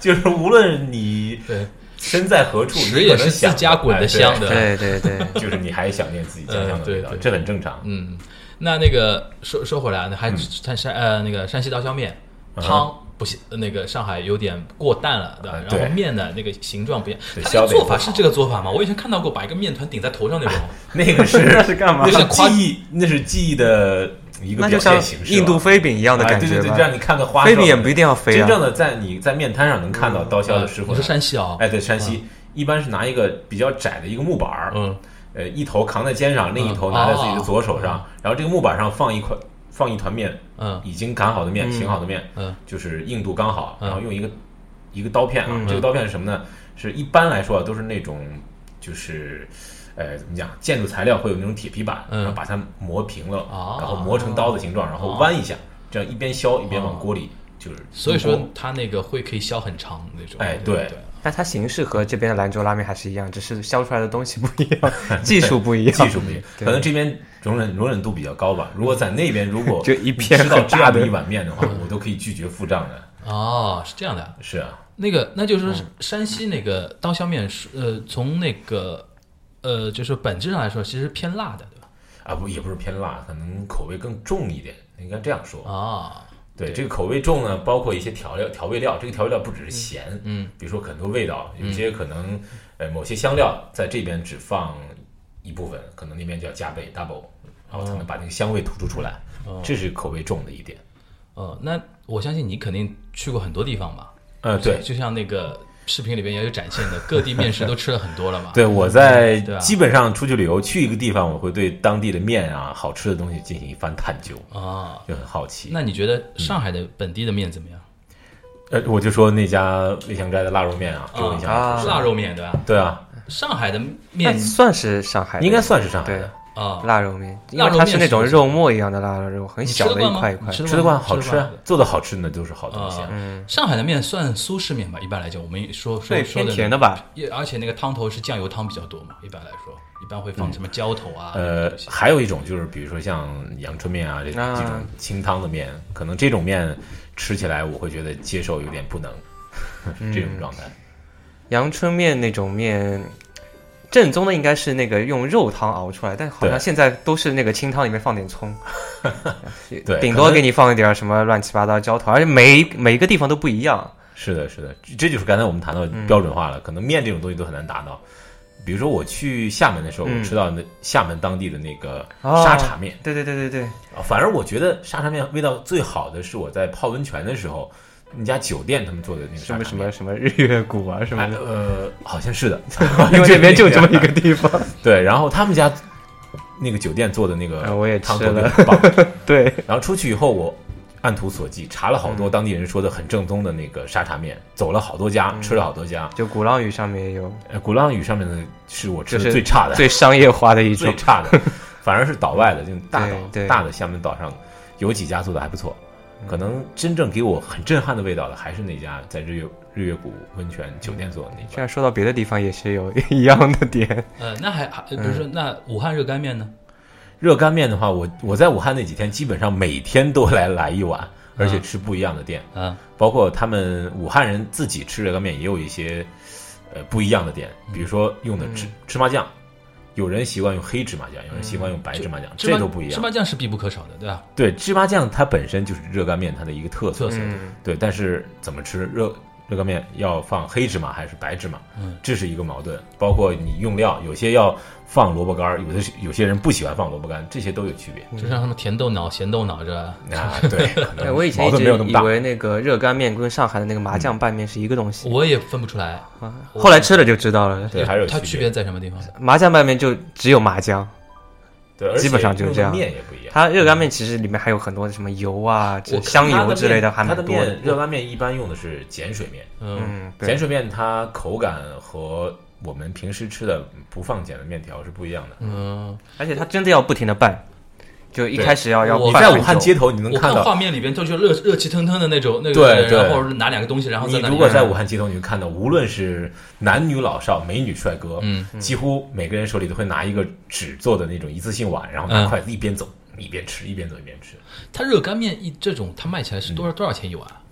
Speaker 2: 就是无论你
Speaker 3: 对，
Speaker 2: 身在何处，
Speaker 3: 屎
Speaker 2: 你
Speaker 3: 也
Speaker 2: 可
Speaker 3: 是
Speaker 2: 能
Speaker 3: 自
Speaker 2: 想
Speaker 3: 家滚的香的，
Speaker 4: 对对对，
Speaker 2: 哎对就是你还想念自己家乡
Speaker 3: 嗯
Speaker 2: 的
Speaker 3: 对
Speaker 2: 味道，
Speaker 3: 对
Speaker 2: 这很正常。
Speaker 3: 嗯，那那个说说回来，那还山山呃那个山西刀削面
Speaker 2: 嗯
Speaker 3: 汤。不行，那个上海有点过淡了，对
Speaker 2: 啊？
Speaker 3: 吧然后
Speaker 2: 对
Speaker 3: 面呢，那个形状不一样。
Speaker 2: 对
Speaker 3: 它这
Speaker 2: 削
Speaker 3: 个
Speaker 2: 得也
Speaker 3: 做
Speaker 2: 不
Speaker 3: 法
Speaker 2: 好哎
Speaker 3: 是这个做法吗？我以前看到过把一个面团顶在头上那种。
Speaker 2: 那个是
Speaker 4: 那是干嘛
Speaker 2: 那
Speaker 3: 那是
Speaker 2: 是
Speaker 3: 夸
Speaker 2: 记忆，那是记忆的一个
Speaker 4: 那
Speaker 2: 表
Speaker 4: 就像
Speaker 2: 现形式吧。
Speaker 4: 印度飞饼一样的
Speaker 2: 啊
Speaker 3: 哎
Speaker 4: 感觉
Speaker 2: 对对
Speaker 4: 吧
Speaker 2: 对，。让你看个花哨。
Speaker 4: 飞饼也不一定要飞
Speaker 2: 真
Speaker 4: 啊，嗯
Speaker 2: 正的在你在面摊上能看到刀削的师傅
Speaker 3: 你
Speaker 2: 呢
Speaker 3: 说，山西啊？
Speaker 2: 哎，对，山西一般是拿一个比较窄的一个木板儿，
Speaker 3: 嗯，
Speaker 2: 呃，一头扛在肩上，另一
Speaker 4: 嗯
Speaker 2: 头拿在自己
Speaker 4: 哦
Speaker 2: 的左手上，然后这个木板上放一块放一团面，
Speaker 3: 嗯
Speaker 2: 已经擀好的面，醒好的面，
Speaker 3: 嗯，
Speaker 2: 就是硬度刚好，
Speaker 3: 嗯
Speaker 2: 然后用一个一个刀片啊
Speaker 4: 嗯，
Speaker 2: 这个刀片是什么呢？是一般来说啊，都是那种就是。呃，怎么讲？建筑材料会有那种铁皮板，
Speaker 3: 嗯
Speaker 2: 然后把它磨平了，
Speaker 3: 哦
Speaker 2: 然后磨成刀的形
Speaker 4: 哦
Speaker 2: 状，然后弯一下，这样一边削一边往锅里就是。
Speaker 3: 所以说，它那个会可以削很长那种。
Speaker 2: 嗯哎
Speaker 3: 对
Speaker 2: 对
Speaker 4: 但它形式和这边的兰州拉面还是一样，只是削出来的东西不一 样，技术不一样，
Speaker 2: 技术不一样，
Speaker 4: 对
Speaker 2: 可能这边容忍容忍度比较高吧。如果在那边，如 果
Speaker 4: 就一片
Speaker 2: 你吃到
Speaker 4: 很
Speaker 2: 这
Speaker 4: 大
Speaker 2: 样
Speaker 4: 的
Speaker 2: 的一碗面的 话，我都可以拒绝付账的。
Speaker 3: 哦，是这样的。
Speaker 2: 是啊，
Speaker 3: 那个，那就是
Speaker 2: 嗯
Speaker 3: 说山西那个刀削面是呃，从那个呃，就是本质上来说，其实偏辣的，对吧？
Speaker 2: 啊不也不是偏辣，可能口味更重一点，应该这样说。
Speaker 3: 啊，
Speaker 2: 对，这个口味重呢，包括一些调料、调味料。这个调味料不只是咸，
Speaker 3: 嗯，
Speaker 2: 比如说很多味道，有些可能呃某些香料在这边只放一部分，可能那边就要加倍 double，然后才能把那个香味突出出来。这是口味重的一点。
Speaker 3: 呃，那我相信你肯定去过很多地方吧？
Speaker 2: 呃，对，
Speaker 3: 就像那个视频里边也有展现的，各地面食都吃了很多了嘛。
Speaker 2: 嗯对，啊我在
Speaker 3: 对吧
Speaker 2: 基本上出去旅游，去一个地方，我会对当地的面啊、好吃的东西进行一番探究，
Speaker 3: 啊，
Speaker 2: 就很好奇。
Speaker 3: 那你觉得上海的本地的面怎么样？
Speaker 4: 嗯
Speaker 2: 呃，我就说那家味香斋的腊肉面啊，给我印象很深。
Speaker 4: 啊
Speaker 3: 腊肉面对吧？
Speaker 2: 对啊，
Speaker 3: 上海的
Speaker 4: 那
Speaker 3: 面
Speaker 4: 算是上海的，
Speaker 2: 应该算是上海
Speaker 4: 对
Speaker 2: 的，
Speaker 3: 啊，
Speaker 4: 腊肉面，因
Speaker 3: 腊
Speaker 4: 为
Speaker 3: 肉
Speaker 4: 它
Speaker 3: 面
Speaker 4: 是那
Speaker 3: 是
Speaker 4: 种
Speaker 3: 不是
Speaker 4: 肉末一样的腊肉，很
Speaker 3: 你吃
Speaker 4: 小
Speaker 3: 得
Speaker 4: 的
Speaker 3: 惯
Speaker 4: 一
Speaker 3: 吗
Speaker 4: 块一块。
Speaker 3: 吃得
Speaker 2: 吃得
Speaker 3: 惯
Speaker 2: 惯
Speaker 3: 吗
Speaker 2: 好
Speaker 3: 吃
Speaker 2: 吃
Speaker 3: 得
Speaker 2: 啊
Speaker 3: 惯的，
Speaker 2: 做的好吃的都是好东西
Speaker 3: 啊
Speaker 2: 啊。，
Speaker 3: 上海的面算苏式面吧，一般来讲，我们说说
Speaker 4: 对，
Speaker 3: 说
Speaker 4: 偏
Speaker 3: 的
Speaker 4: 甜
Speaker 3: 那
Speaker 4: 的吧，
Speaker 3: 也而且那个汤头是酱油汤比较多嘛，一般来说，一般会放什么浇头啊，
Speaker 2: 嗯呃
Speaker 3: 这，些
Speaker 2: 还有一种就是，比如说像阳春面啊，这
Speaker 4: 啊
Speaker 2: 这种清汤的面，可能这种面吃起来我会觉得接受有点不能，
Speaker 4: 嗯
Speaker 2: 这种状态。
Speaker 4: 阳春面那种面。正宗的应该是那个用肉汤熬出来，但好
Speaker 2: 对
Speaker 4: 像现在都是那个清汤里面放点 葱，
Speaker 2: 对
Speaker 4: 顶
Speaker 2: 可
Speaker 4: 多
Speaker 2: 能
Speaker 4: 给你放一点什么乱七八糟浇头，而且每一每一个地方都不一样。
Speaker 2: 是的，是的，这这就是刚才我们谈到标准
Speaker 4: 嗯
Speaker 2: 化了，可能面这种东西都很难达到。比如说我去厦门的时候，
Speaker 4: 嗯
Speaker 2: 我吃到那厦门当地的那个
Speaker 4: 哦
Speaker 2: 沙茶面，
Speaker 4: 对对对对对，
Speaker 2: 啊反而我觉得沙茶面味道最好的是我在泡温泉的时候，那家酒店他们做的那个
Speaker 4: 什
Speaker 2: 沙茶
Speaker 4: 么
Speaker 2: 面
Speaker 4: 什么什么日月谷啊什么
Speaker 2: 哎
Speaker 4: 的，
Speaker 2: 呃，好像是的，
Speaker 4: 因为这边就这么一个地 方。
Speaker 2: 对。然后他们家那个酒店做的那
Speaker 4: 哎
Speaker 2: 个，
Speaker 4: 我也吃
Speaker 2: 汤头就
Speaker 4: 了
Speaker 2: 很 棒。
Speaker 4: 对，
Speaker 2: 然后出去以后，我按图索骥查了好多当地人说的很正宗的那个沙茶面，走了好多家，吃了好多家，
Speaker 4: 就鼓浪屿上面也有
Speaker 2: 呃，鼓浪屿上面的是我吃
Speaker 4: 嗯
Speaker 2: 的
Speaker 4: 就是
Speaker 2: 最差的，
Speaker 4: 最商业化的一
Speaker 2: 最
Speaker 4: 种，
Speaker 2: 差的， 反而是岛外的，就是大岛
Speaker 4: 对对嗯
Speaker 2: 大的厦门岛上有几家做的还不错，可能真正给我很震撼的味道的还是那家在日月日月谷温泉酒店做的那家。
Speaker 4: 虽然说到别的地方也是有一样的点，
Speaker 3: 呃，那还还比如
Speaker 2: 嗯
Speaker 3: 说那武汉热干面呢？
Speaker 2: 热干面的话，我我在武汉那几天基本上每天都来来一碗，而且吃不一样的店，
Speaker 3: 啊，
Speaker 2: 包括他们武汉人自己吃热干面也有一些呃不一样的点，
Speaker 4: 嗯
Speaker 2: 比如说用的芝芝麻酱。有人习惯用黑芝麻酱，有
Speaker 4: 嗯
Speaker 2: 人习惯用白芝麻酱，
Speaker 3: 芝麻
Speaker 2: 这都不一
Speaker 3: 芝
Speaker 2: 样
Speaker 3: 麻。酱是必不可少的，对吧？
Speaker 2: 对，芝麻酱它本身就是热干面它的一个特色
Speaker 3: 特色
Speaker 4: 嗯，
Speaker 2: 对，但是怎么吃热热干面要放黑芝麻还是白芝麻，
Speaker 3: 嗯，
Speaker 2: 这是一个矛盾。包括你用料，有些要放萝卜干儿，有的是有些人不喜欢放萝卜干，这些都有区 别。
Speaker 3: 就像什么甜豆脑、咸豆脑是吧？
Speaker 2: 啊，对，可能
Speaker 4: 对，我以前
Speaker 2: 矛
Speaker 4: 一
Speaker 2: 盾
Speaker 4: 直
Speaker 2: 没有那么
Speaker 4: 以
Speaker 2: 大。
Speaker 4: 为那个热干面跟上海的那个麻酱拌面是一个东西，
Speaker 3: 我也分不出来，
Speaker 2: 嗯
Speaker 4: 啊后来吃了就知道了。
Speaker 2: 对，还是有
Speaker 3: 它区
Speaker 2: 区
Speaker 3: 别。在什么地方？
Speaker 4: 麻酱拌面就只有麻酱，
Speaker 2: 对，而
Speaker 4: 基本
Speaker 2: 且
Speaker 4: 上就是
Speaker 2: 用
Speaker 4: 这
Speaker 2: 的
Speaker 4: 样
Speaker 2: 面也不一样。
Speaker 4: 它热干面其实里面还有很多的什么油啊、这
Speaker 2: 我看
Speaker 4: 香
Speaker 2: 它
Speaker 4: 油之类
Speaker 2: 的
Speaker 4: 的，还
Speaker 2: 面它
Speaker 4: 蛮
Speaker 2: 的
Speaker 4: 多的
Speaker 2: 面。热干面一般用的是碱水面，
Speaker 3: 嗯，
Speaker 4: 嗯，
Speaker 2: 碱
Speaker 4: 对，
Speaker 2: 水面它口感和我们平时吃的不放碱的面条是不一样的。
Speaker 3: 嗯，
Speaker 4: 而且它真的要不停的拌，就一
Speaker 2: 对
Speaker 4: 开始要要
Speaker 3: 我
Speaker 2: 你
Speaker 4: 拌
Speaker 2: 在
Speaker 4: 很
Speaker 2: 武汉
Speaker 4: 久
Speaker 2: 街头，你能
Speaker 3: 我
Speaker 2: 看到
Speaker 3: 画面里边都就是热热气腾腾的那种那种
Speaker 2: 对
Speaker 3: 人，
Speaker 2: 对
Speaker 3: 然后拿两个东西，然后
Speaker 2: 你
Speaker 3: 在那
Speaker 2: 如果
Speaker 3: 里，
Speaker 4: 嗯
Speaker 2: 在武汉街头，你就看到，无论是男女老少、美女帅哥，
Speaker 3: 嗯，
Speaker 2: 几乎每个人手里都会拿一个纸做的那种一次性碗，然后
Speaker 3: 嗯
Speaker 2: 拿筷子一边走一边吃，一边走一边吃。
Speaker 3: 它热干面一这种，它卖起来是多少多少钱一碗啊？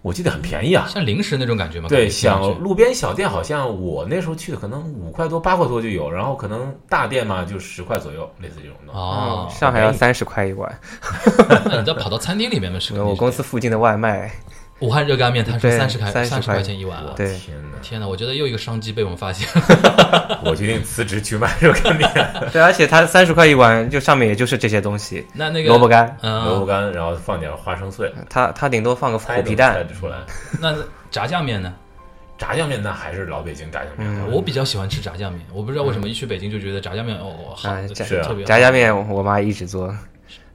Speaker 2: 我记得很便宜啊，
Speaker 3: 像零食那种感觉吗？
Speaker 2: 对，
Speaker 3: 感觉听
Speaker 2: 像
Speaker 3: 上去
Speaker 2: 路边小店，好像我那时候去的可能五块多、八块多就有，然后可能大店嘛就十块左右，类似这种的。
Speaker 4: 嗯
Speaker 3: 哦，
Speaker 4: 上海要
Speaker 2: 便宜
Speaker 4: 三十块一碗，
Speaker 3: 那你都跑到餐厅里面了是
Speaker 4: 我公司附近的外卖，
Speaker 3: 武汉热干面，它是
Speaker 4: 对
Speaker 3: 三十块
Speaker 4: 30
Speaker 3: 三十
Speaker 4: 块
Speaker 3: 块钱一碗
Speaker 2: 我
Speaker 3: 啊！
Speaker 4: 对
Speaker 2: 天哪！
Speaker 3: 天哪，我觉得又一个商机被我们发现。
Speaker 2: 我决定辞职去卖热干面、
Speaker 4: 对，而且它三十块一碗，就上面也就是这些东西，
Speaker 3: 那那个
Speaker 4: 萝卜，干，
Speaker 2: 萝卜
Speaker 3: 嗯，
Speaker 2: 干，然后放点花生碎，
Speaker 4: 它它顶多放个
Speaker 2: 塞
Speaker 4: 虎
Speaker 2: 都
Speaker 4: 皮
Speaker 2: 塞
Speaker 4: 蛋，
Speaker 2: 得出来。
Speaker 3: 那炸酱面呢？
Speaker 2: 炸酱面那还是老北京炸酱面，
Speaker 4: 嗯
Speaker 3: 我比较喜欢吃炸酱面，我不知道为什么一去北京就觉得炸酱面哦好
Speaker 4: 啊，炸
Speaker 2: 是啊
Speaker 3: 特别好
Speaker 4: 炸酱面，我我妈一直做，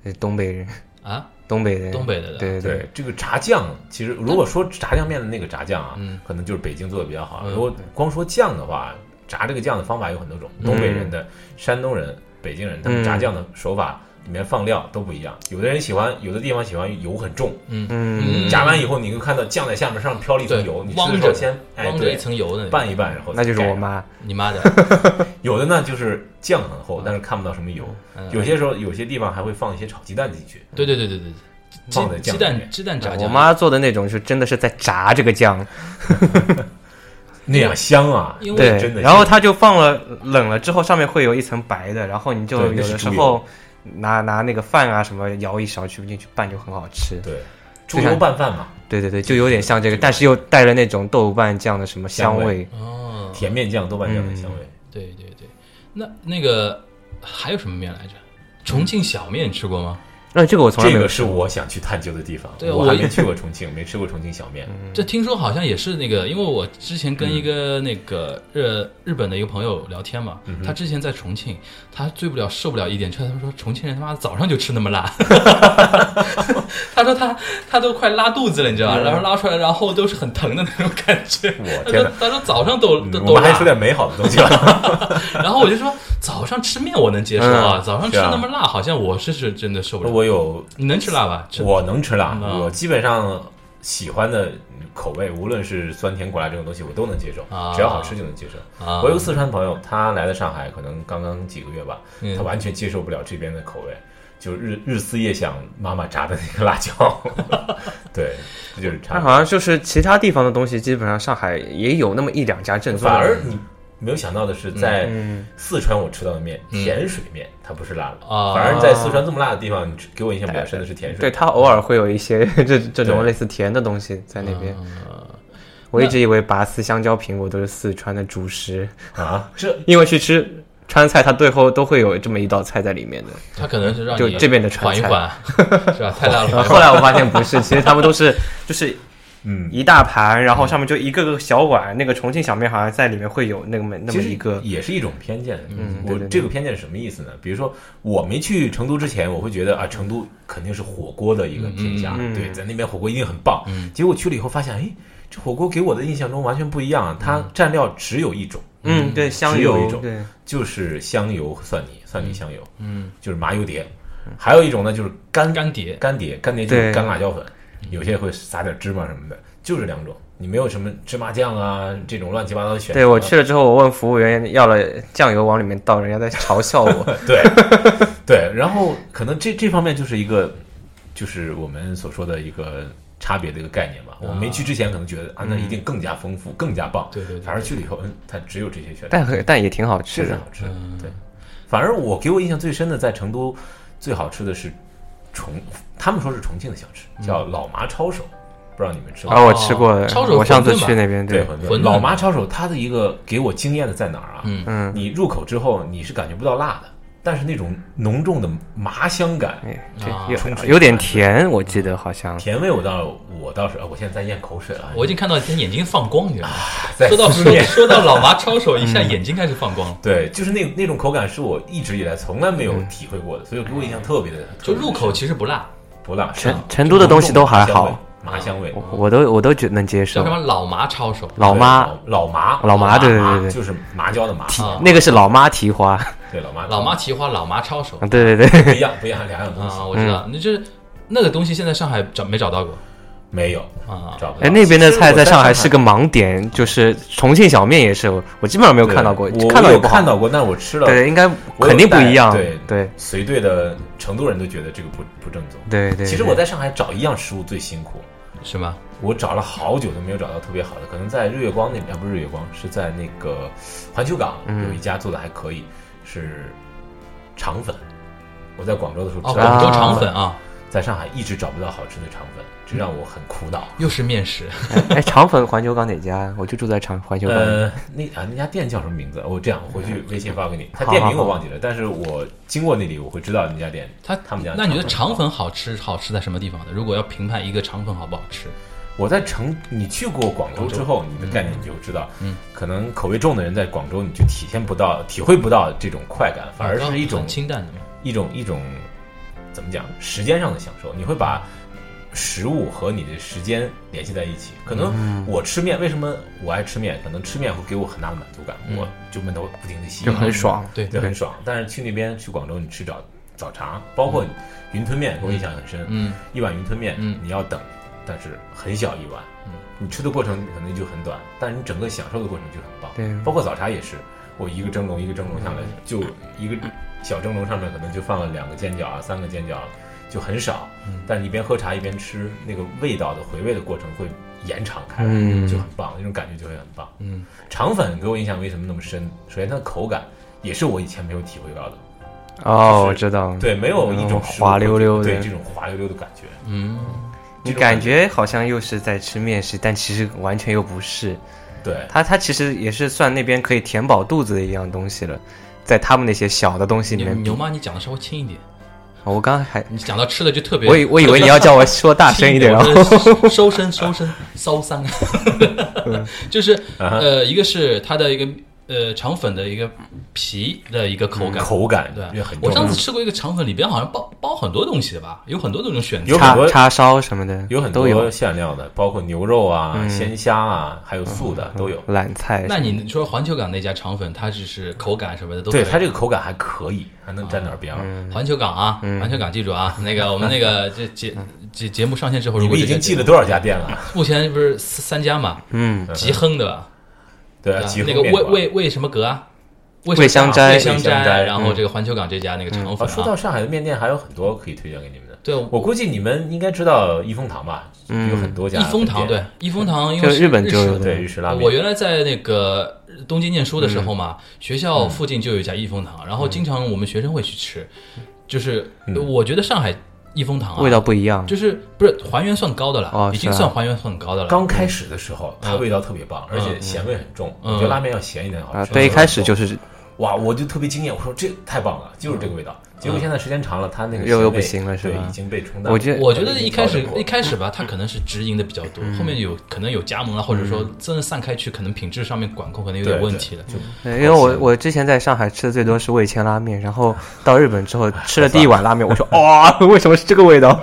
Speaker 4: 呃东北人，
Speaker 3: 啊，
Speaker 4: 东北人，
Speaker 3: 东北的
Speaker 4: 对对
Speaker 2: 对这个炸酱，其实如果说炸酱面的那个炸酱啊，
Speaker 3: 嗯
Speaker 2: 可能就是北京做的比较好。
Speaker 3: 嗯
Speaker 2: 如果光说酱的话，炸这个酱的方法有很多种，东北人的、
Speaker 3: 嗯
Speaker 2: 山东人、北京人，他们
Speaker 4: 嗯
Speaker 2: 炸酱的手法里面放料都不一样。有的人喜欢，有的地方喜欢油很重，
Speaker 4: 嗯，
Speaker 3: 嗯
Speaker 2: 炸完以后你会看到酱在下面上面飘了一层
Speaker 3: 对
Speaker 2: 油，你
Speaker 3: 汪
Speaker 2: 吃的时候
Speaker 3: 着
Speaker 2: 先哎
Speaker 3: 光着一
Speaker 2: 对
Speaker 3: 层油的
Speaker 2: 拌一拌，然后
Speaker 4: 那就是
Speaker 2: 再盖
Speaker 4: 我
Speaker 2: 上。
Speaker 4: 妈，
Speaker 3: 你妈的，
Speaker 2: 有的呢就是酱很厚，但是看不到什么油。
Speaker 3: 嗯
Speaker 2: 有些时候有些地方还会放一些炒鸡蛋进去，
Speaker 3: 对对对对对，
Speaker 2: 放在
Speaker 3: 鸡
Speaker 2: 酱
Speaker 3: 鸡
Speaker 2: 里
Speaker 3: 蛋
Speaker 2: 面
Speaker 3: 鸡蛋炸
Speaker 4: 哎我
Speaker 3: 酱，
Speaker 4: 妈做的那种是真的是在炸这个酱，
Speaker 2: 那样香啊！
Speaker 3: 因为
Speaker 4: 嗯对
Speaker 2: 真，的
Speaker 4: 然后
Speaker 2: 是
Speaker 4: 它就放了冷了之后，上面会有一层白的，然后你就
Speaker 2: 对那
Speaker 4: 有
Speaker 2: 是
Speaker 4: 的时
Speaker 2: 猪油
Speaker 4: 候拿拿那个饭啊什么舀一勺去进去拌就很好吃，
Speaker 2: 对猪
Speaker 4: 就像
Speaker 2: 油拌饭嘛，
Speaker 4: 对对对，就有点像这个，但是又带了那种豆瓣酱的什么香
Speaker 2: 香味
Speaker 4: 味，
Speaker 3: 哦，
Speaker 2: 甜面酱、豆瓣酱的香味。
Speaker 4: 嗯
Speaker 3: 对对对，那那个还有什么面来着？重庆小面吃过吗？
Speaker 4: 那这个我从来
Speaker 2: 这
Speaker 4: 没有
Speaker 2: 个是我想去探究的地方。
Speaker 3: 对
Speaker 2: 我
Speaker 3: 我
Speaker 2: 还
Speaker 3: 也
Speaker 2: 没去过重庆，没吃过重庆小面。
Speaker 4: 嗯
Speaker 3: 这听说好像也是那个，因为我之前跟一个那个日日本的一个朋友聊天嘛，
Speaker 2: 嗯
Speaker 3: 他之前在重庆，他醉不了受不了一点，他说重庆人他妈早上就吃那么辣， 他说他他都快拉肚子了，你知道吧？然后拉出来，然后都是很疼的那种感觉。
Speaker 2: 嗯我
Speaker 3: 他
Speaker 2: 天
Speaker 3: 说
Speaker 2: 哪！
Speaker 3: 他说早上都
Speaker 2: 嗯
Speaker 3: 都
Speaker 2: 我
Speaker 3: 都
Speaker 2: 们还
Speaker 3: 辣
Speaker 2: 说，点美好的东西吧。
Speaker 3: 然后我就说早上吃面我能接受啊，早上吃
Speaker 2: 是啊
Speaker 3: 那么辣好像我是是真的受不了。
Speaker 2: 我有，
Speaker 3: 你能吃辣吧？ 吃
Speaker 2: 我能吃辣，
Speaker 3: 嗯
Speaker 2: 我基本上喜欢的口味，无论是酸甜苦辣这种东西，我都能接受
Speaker 3: 啊，
Speaker 2: 只要好吃就能接受。
Speaker 3: 啊，
Speaker 2: 我有个四川朋友，他来了上海，可能刚刚几个月吧，
Speaker 3: 嗯
Speaker 2: 他完全接受不了这边的口味。就日日思夜想妈妈炸的那个辣椒， 对，这就是差别。
Speaker 4: 它好像就是其他地方的东西，基本上上海也有那么一两家正宗
Speaker 2: 反
Speaker 4: 的。
Speaker 2: 而你没有想到的是，在
Speaker 4: 嗯
Speaker 2: 四川我吃到的面，
Speaker 3: 嗯
Speaker 2: 甜水面它不是辣的，
Speaker 3: 啊
Speaker 2: 反而在四川这么辣的地方，你吃给我印象比较深的是甜水。
Speaker 4: 对，它偶尔会有一些 这这种
Speaker 2: 对
Speaker 4: 类似甜的东西在那边。
Speaker 3: 嗯
Speaker 4: 我一直以为拔丝、香蕉、苹果都是四川的主食，
Speaker 2: 啊，这
Speaker 4: 因为去吃川菜，它最后都会有这么一道菜在里面的。
Speaker 3: 他可能是让
Speaker 4: 就
Speaker 3: 你
Speaker 4: 这边的川
Speaker 3: 缓一
Speaker 4: 菜
Speaker 3: 缓， 是吧？太辣了，
Speaker 4: 然 后后来我发现不是，其实他们都是就是
Speaker 2: 嗯，
Speaker 4: 一大盘，然后上面就一个个小碗。那个重庆小面好像在里面会有那么那
Speaker 2: 其
Speaker 4: 么
Speaker 2: 实
Speaker 4: 一个，
Speaker 2: 也是一种偏见。
Speaker 4: 嗯对
Speaker 2: 我
Speaker 4: 对对
Speaker 2: 这个偏见是什么意思呢？比如说我没去成都之前，我会觉得啊，成都肯定是火锅的一个天下，
Speaker 4: 嗯嗯
Speaker 2: 对，
Speaker 4: 嗯
Speaker 2: 在那边火锅一定很棒。
Speaker 3: 嗯
Speaker 2: 结果去了以后发现，哎，这火锅给我的印象中完全不一样啊，它蘸料只有一种，
Speaker 4: 嗯，对，香
Speaker 2: 只有
Speaker 4: 油
Speaker 2: 一，种
Speaker 4: 对，
Speaker 2: 就是香油和蒜泥，蒜泥香油，
Speaker 3: 嗯，
Speaker 2: 就是麻油碟。还有一种呢，就是干
Speaker 3: 干碟，
Speaker 2: 干碟，干碟就是
Speaker 4: 对
Speaker 2: 干辣椒粉，有些会撒点芝麻什么的，就这两种。你没有什么芝麻酱啊这种乱七八糟的选择。啊
Speaker 4: 对我去了之后，我问服务员要了酱油往里面倒，人家在嘲笑 我。
Speaker 2: 对对，然后可能这这方面就是一个，就是我们所说的一个差别的一个概念
Speaker 4: 啊
Speaker 2: 吧。我没去之前可能觉得啊，
Speaker 4: 嗯
Speaker 2: 那一定更加丰富，更加棒。
Speaker 3: 对对对
Speaker 2: 反而去了以后，嗯，它只有这些选择，
Speaker 4: 但嗯很但也挺好吃
Speaker 2: 确实
Speaker 4: 的
Speaker 2: 好，吃。
Speaker 3: 嗯
Speaker 2: 对，反而我给我印象最深的，在成都最好吃的是重，他们说是重庆的小吃，叫老麻抄手。不知道你们吃过
Speaker 4: 嗯啊，我吃过
Speaker 3: 哦，抄手
Speaker 4: 我上次
Speaker 3: 馄饨吧
Speaker 4: 去那边，
Speaker 2: 对
Speaker 4: 对，
Speaker 2: 馄
Speaker 3: 馄饨
Speaker 2: 老妈抄手，它的一个给我惊艳的在哪儿啊？
Speaker 3: 嗯
Speaker 4: 嗯，
Speaker 2: 你入口之后你是感觉不到辣的，但是那种浓重的麻香感、
Speaker 4: 哎
Speaker 3: 啊
Speaker 4: 这
Speaker 2: 冲出
Speaker 4: 有
Speaker 2: 去
Speaker 4: 有点甜，我记得好像。
Speaker 2: 啊甜味，我倒我倒是，啊我现在在咽口水了。
Speaker 3: 我已经看到他眼睛放光，你知道吗？
Speaker 2: 在
Speaker 3: 说到
Speaker 2: 思
Speaker 3: 说
Speaker 2: 念
Speaker 3: 说到老麻抄手，一下眼睛开始放光了。
Speaker 2: 对，就是那那种口感是我一直以来从来没有
Speaker 4: 嗯
Speaker 2: 体会过的，所以给我印象特别的。
Speaker 3: 就入口其实不辣，
Speaker 2: 不辣，是
Speaker 4: 成
Speaker 2: 吧
Speaker 4: 成都的东西都还好，
Speaker 2: 麻香味，麻香味
Speaker 4: 我我都我都觉得能接
Speaker 3: 叫
Speaker 4: 受
Speaker 3: 什。么老麻抄手，
Speaker 4: 老妈，
Speaker 2: 啊对老老麻，
Speaker 4: 老麻对对对对
Speaker 2: 就是麻椒的麻，
Speaker 4: 蹄
Speaker 3: 啊
Speaker 4: 那个是老妈蹄花， 啊
Speaker 2: 对老麻，
Speaker 3: 老妈蹄花，老麻抄手
Speaker 4: 对对对，
Speaker 2: 不一样，不一样，两样东西
Speaker 3: 啊，我知
Speaker 2: 嗯
Speaker 3: 道，那就是那个东西，现在上海找没找到过
Speaker 2: 没有
Speaker 3: 啊？
Speaker 2: 找不到
Speaker 4: 哎，。那边的菜
Speaker 2: 其实我在
Speaker 4: 上
Speaker 2: 上
Speaker 4: 海
Speaker 2: 海
Speaker 4: 是个盲点，就是重庆小面也是，我我基本上没有看到过，
Speaker 2: 对我
Speaker 4: 看到
Speaker 2: 我
Speaker 4: 也
Speaker 2: 有
Speaker 4: 不好。
Speaker 2: 看到过，但是我吃了，
Speaker 4: 对，应该
Speaker 2: 我有
Speaker 4: 肯定不
Speaker 2: 带
Speaker 4: 一样。
Speaker 2: 对
Speaker 4: 对
Speaker 2: 随队的成都人都觉得这个不不正宗。
Speaker 4: 对对。
Speaker 2: 其实我
Speaker 4: 对
Speaker 2: 在上海找一样食物最辛苦，
Speaker 3: 是吗？
Speaker 2: 我找了好久都没有找到特别好的，可能在日月光那边，啊不是日月光，是在那个环球港
Speaker 3: 嗯
Speaker 2: 有一家做的还可以，是肠粉。我在广州的时候
Speaker 3: 哦，
Speaker 2: 吃到
Speaker 3: 广
Speaker 2: 的
Speaker 3: 州肠粉啊，
Speaker 2: 在上海一直找不到好吃的肠粉，这让我很苦恼。
Speaker 3: 又是面食，
Speaker 4: 哎，肠粉环球港哪家？我就住在长
Speaker 3: 嗯
Speaker 4: 环球港。
Speaker 2: 呃，那啊那家店叫什么名字？哦我这样我回去微信发给你，它
Speaker 4: 好
Speaker 2: 店
Speaker 4: 好
Speaker 2: 名我
Speaker 4: 好
Speaker 2: 忘记了，但是我经过那里我会知道那家店。
Speaker 3: 他
Speaker 2: 他们家
Speaker 3: 那你觉得
Speaker 2: 肠
Speaker 3: 肠
Speaker 2: 粉
Speaker 3: 粉好吃好吃在什么地方呢？如果要评判一个肠粉好不好吃，
Speaker 2: 我在成，你去过广州之后，你的概念你就知道，
Speaker 3: 嗯，
Speaker 2: 可能口味重的人在广州，你就体现不到、体会不到这种快感，反而是一种
Speaker 3: 嗯很清淡的嘛。
Speaker 2: 一种一种怎么讲，时间上的享受。你会把食物和你的时间联系在一起。可
Speaker 3: 嗯
Speaker 2: 能我吃面，为什么我爱吃面？可能吃面会给我很大的满足感，
Speaker 3: 嗯
Speaker 2: 我就闷头不停的吸，
Speaker 4: 就很爽
Speaker 3: 对
Speaker 2: 就很爽。但是去那边去广州，你吃早早茶，包括云吞面，给我印象很深。
Speaker 3: 嗯，
Speaker 2: 一碗云吞面，
Speaker 3: 嗯
Speaker 2: 你要等，但是很小一碗，
Speaker 3: 嗯
Speaker 2: 你吃的过程可能就很短，但是你整个享受的过程就很棒。
Speaker 4: 对
Speaker 2: 包括早茶也是，我一个蒸笼一个蒸笼上
Speaker 4: 嗯
Speaker 2: 来，就一个小蒸笼上面可能就放了两个煎饺啊，三个煎饺，就很少。
Speaker 4: 嗯
Speaker 2: 但是你一边喝茶一边吃，那个味道的回味的过程会延长开来，
Speaker 4: 嗯
Speaker 2: 就很棒，那种感觉就会很棒。
Speaker 3: 嗯，
Speaker 2: 肠粉给我印象为什么那么深？首先它的口感也是我以前没有体会到的，
Speaker 4: 哦，
Speaker 2: 就是
Speaker 4: 我知道。
Speaker 2: 对，没有一种
Speaker 4: 嗯
Speaker 2: 食物会
Speaker 4: 滑溜溜的
Speaker 2: 对这种滑溜溜的感觉。
Speaker 3: 嗯，
Speaker 4: 你
Speaker 2: 这种
Speaker 4: 感觉好像又是在吃面食，但其实完全又不是。
Speaker 2: 对，
Speaker 4: 它它其实也是算那边可以填饱肚子的一样东西了，在他们那些小的东西里
Speaker 3: 牛
Speaker 4: 面比。
Speaker 3: 牛妈，你讲的稍微轻一点，
Speaker 4: 哦我刚还
Speaker 3: 你讲到吃的就特别，
Speaker 4: 我以我以为你要叫我说大 声一点，哦然后
Speaker 3: 后收身收 身骚桑，
Speaker 4: 嗯
Speaker 3: 就是
Speaker 4: 啊
Speaker 3: 呃，一个是它的一个呃肠粉的一个皮的一个口
Speaker 4: 嗯
Speaker 3: 感，
Speaker 2: 口感
Speaker 3: 对
Speaker 2: 也很，重
Speaker 3: 我
Speaker 2: 要
Speaker 3: 上次。吃过一个肠粉，里边好像包包很多东西的吧，有很多种选择
Speaker 2: 有，很
Speaker 4: 叉
Speaker 2: 多
Speaker 4: 叉烧什么的
Speaker 2: 有很
Speaker 4: 都
Speaker 2: 多
Speaker 4: 有，嗯
Speaker 2: 馅料的，包括牛肉啊、鲜虾啊，还有素的都
Speaker 3: 嗯
Speaker 2: 有。
Speaker 4: 懒菜。
Speaker 3: 那你说环球港那家肠粉，它只是口感什么的都
Speaker 2: 对
Speaker 3: 可以
Speaker 2: 它这个口感还可以，还能沾点边儿。
Speaker 4: 嗯
Speaker 3: 环球港啊，环球港记住啊，那个我们那个这节
Speaker 4: 嗯
Speaker 3: 节节目上线之后，
Speaker 2: 你
Speaker 3: 如果
Speaker 2: 们已
Speaker 3: 这
Speaker 2: 经
Speaker 3: 个
Speaker 2: 记了多少家店了？
Speaker 3: 目前不是三三家嘛，
Speaker 4: 嗯，
Speaker 3: 极亨的吧，
Speaker 2: 对啊，
Speaker 3: 啊
Speaker 2: 几
Speaker 3: 那
Speaker 2: 个
Speaker 3: 个
Speaker 2: 面
Speaker 3: 魏
Speaker 2: 馆。
Speaker 3: 魏魏什么阁啊，魏
Speaker 4: 魏
Speaker 3: 什么
Speaker 4: 香
Speaker 3: 阁啊
Speaker 4: 斋嗯
Speaker 3: 魏香
Speaker 2: 魏香斋
Speaker 3: 然后这个环球港这家那个肠
Speaker 2: 啊，
Speaker 3: 粉
Speaker 2: 说
Speaker 3: 啊
Speaker 2: 到，上海的面店，还有很多可以推荐给你们的。
Speaker 3: 对，
Speaker 2: 我估计你们应该知道益丰堂吧？
Speaker 4: 嗯
Speaker 2: 有很多家
Speaker 3: 益
Speaker 2: 分店。
Speaker 3: 丰堂对，益丰堂因
Speaker 4: 就
Speaker 3: 为是
Speaker 4: 日本就
Speaker 3: 式
Speaker 4: 有
Speaker 3: 的
Speaker 4: 的
Speaker 2: 对日式拉面。
Speaker 3: 我原来在那个东京念书的时
Speaker 4: 嗯
Speaker 3: 候嘛，学校附近就有一家益丰堂，然后经常我们学生会去吃，就是我觉得上海益丰堂啊，
Speaker 4: 嗯味道不一样。
Speaker 3: 就是不是还原算高的了，
Speaker 4: 哦
Speaker 3: 已经
Speaker 4: 是啊
Speaker 3: 算还原算高的了。
Speaker 2: 刚开始的时候，它味道特别棒，而且咸味很重。
Speaker 3: 嗯
Speaker 2: 我觉得拉面要咸一点好
Speaker 4: 啊，
Speaker 2: 吃。
Speaker 4: 对，一开始就是
Speaker 2: 哇，我就特别惊艳，我说这太棒了，就是这个味道。
Speaker 3: 嗯
Speaker 2: 结果现在时间长了，它那个
Speaker 4: 又
Speaker 2: 咸
Speaker 4: 又不
Speaker 2: 味
Speaker 4: 行了是吧
Speaker 2: 对，已经被冲淡了。
Speaker 4: 我觉得
Speaker 3: 我觉得一开
Speaker 2: 已
Speaker 3: 始
Speaker 2: 经调整过嗯
Speaker 3: 一开始吧，它可能是直营的比较多，后面有可能有加盟了，啊或者说真的散开去，可能品质上面管控可能有点
Speaker 2: 对
Speaker 3: 问
Speaker 2: 对
Speaker 3: 题了。
Speaker 4: 对，因为我我之前在上海吃的最多是味千拉面，然后 到日本之
Speaker 2: 哎
Speaker 4: 后吃了第一碗拉面，我说哇、 为什么是这个 味道？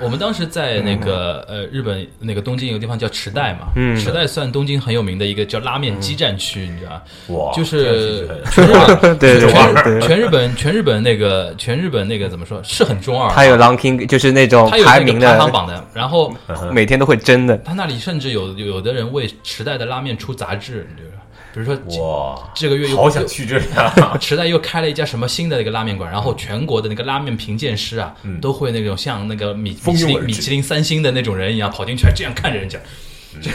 Speaker 3: 我们当时
Speaker 2: 嗯
Speaker 3: 在那个呃日本那个东京有个地方叫池袋嘛，
Speaker 2: 嗯
Speaker 3: 池袋算东京很有名的一个叫拉面基站区，你知道吧？
Speaker 2: 哇，
Speaker 3: 就是
Speaker 2: 这样
Speaker 3: 全 日本
Speaker 4: 对对
Speaker 3: 全日
Speaker 4: 对
Speaker 3: 全日本全日本那个全日本那个怎么说是很中二啊，
Speaker 4: 它有 ranking，就是那种
Speaker 3: 它有
Speaker 4: 排
Speaker 3: 那个
Speaker 4: 名
Speaker 3: 排
Speaker 4: 的，
Speaker 3: 行榜的，然后
Speaker 2: 嗯
Speaker 4: 每天都会争的。
Speaker 3: 他那里甚至有有的人为池袋的拉面出杂志，你知道吧？比如说
Speaker 2: 是哇，
Speaker 3: 这个月有
Speaker 2: 好想去这里 啊！
Speaker 3: 池袋又开了一家什么新的那个拉面馆，然后全国的那个拉面评鉴师啊，
Speaker 4: 嗯
Speaker 3: 都会那种像那个米米
Speaker 2: 蜂
Speaker 3: 其
Speaker 2: 拥而
Speaker 3: 林
Speaker 2: 至
Speaker 3: 米其林三星的那种人一样跑进去，还这
Speaker 4: 嗯
Speaker 3: 样看着人家，就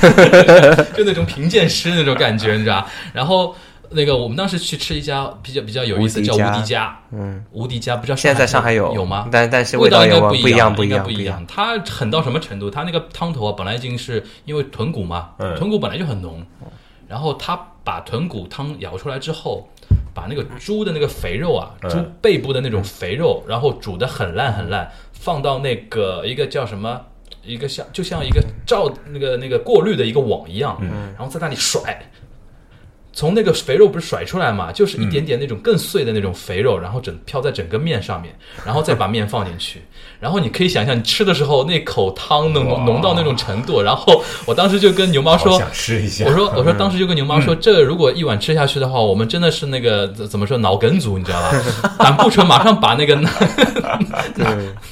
Speaker 3: 就那种评鉴师那种感觉，你知道吧？然后那个我们当时去吃一家比较比较有意思，
Speaker 4: 无敌
Speaker 3: 叫
Speaker 4: 家
Speaker 3: 无敌家，
Speaker 4: 嗯，
Speaker 3: 无敌家不知道
Speaker 4: 现在在上海
Speaker 3: 有
Speaker 4: 有
Speaker 3: 有吗？
Speaker 4: 但但是
Speaker 3: 味
Speaker 4: 道
Speaker 3: 应该
Speaker 4: 有啊
Speaker 3: 不
Speaker 4: 不样，
Speaker 3: 应
Speaker 4: 一
Speaker 3: 该
Speaker 4: 样，
Speaker 3: 不
Speaker 4: 不
Speaker 3: 一。样。它狠到什么程度？它那个汤头啊，本来已经是因为豚骨嘛，
Speaker 2: 嗯
Speaker 3: 豚骨本来就很浓，然后它把豚骨汤舀出来之后，把那个猪的那个肥肉啊，
Speaker 2: 嗯
Speaker 3: 猪背部的那种肥肉，然后煮的很烂很烂，放到那个一个叫什么？一个像就像一个照那个那个过滤的一个网一样，
Speaker 4: 嗯
Speaker 3: 然后在那里甩，从那个肥肉不是甩出来嘛，就是一点点那种更碎的那种肥肉，然后整飘在整个面上面，然后再把面放进去，然后你可以想象你吃的时候那口汤
Speaker 2: 哇
Speaker 3: 浓浓到那种程度，然后我当时就跟牛妈
Speaker 2: 好
Speaker 3: 说。
Speaker 2: 想吃一下。
Speaker 3: 我说，我说，当时就跟牛妈说，这如果一碗吃下去的话，我们真的是那个怎怎么说脑梗阻，你知道 吧？胆固醇马上把那个 脑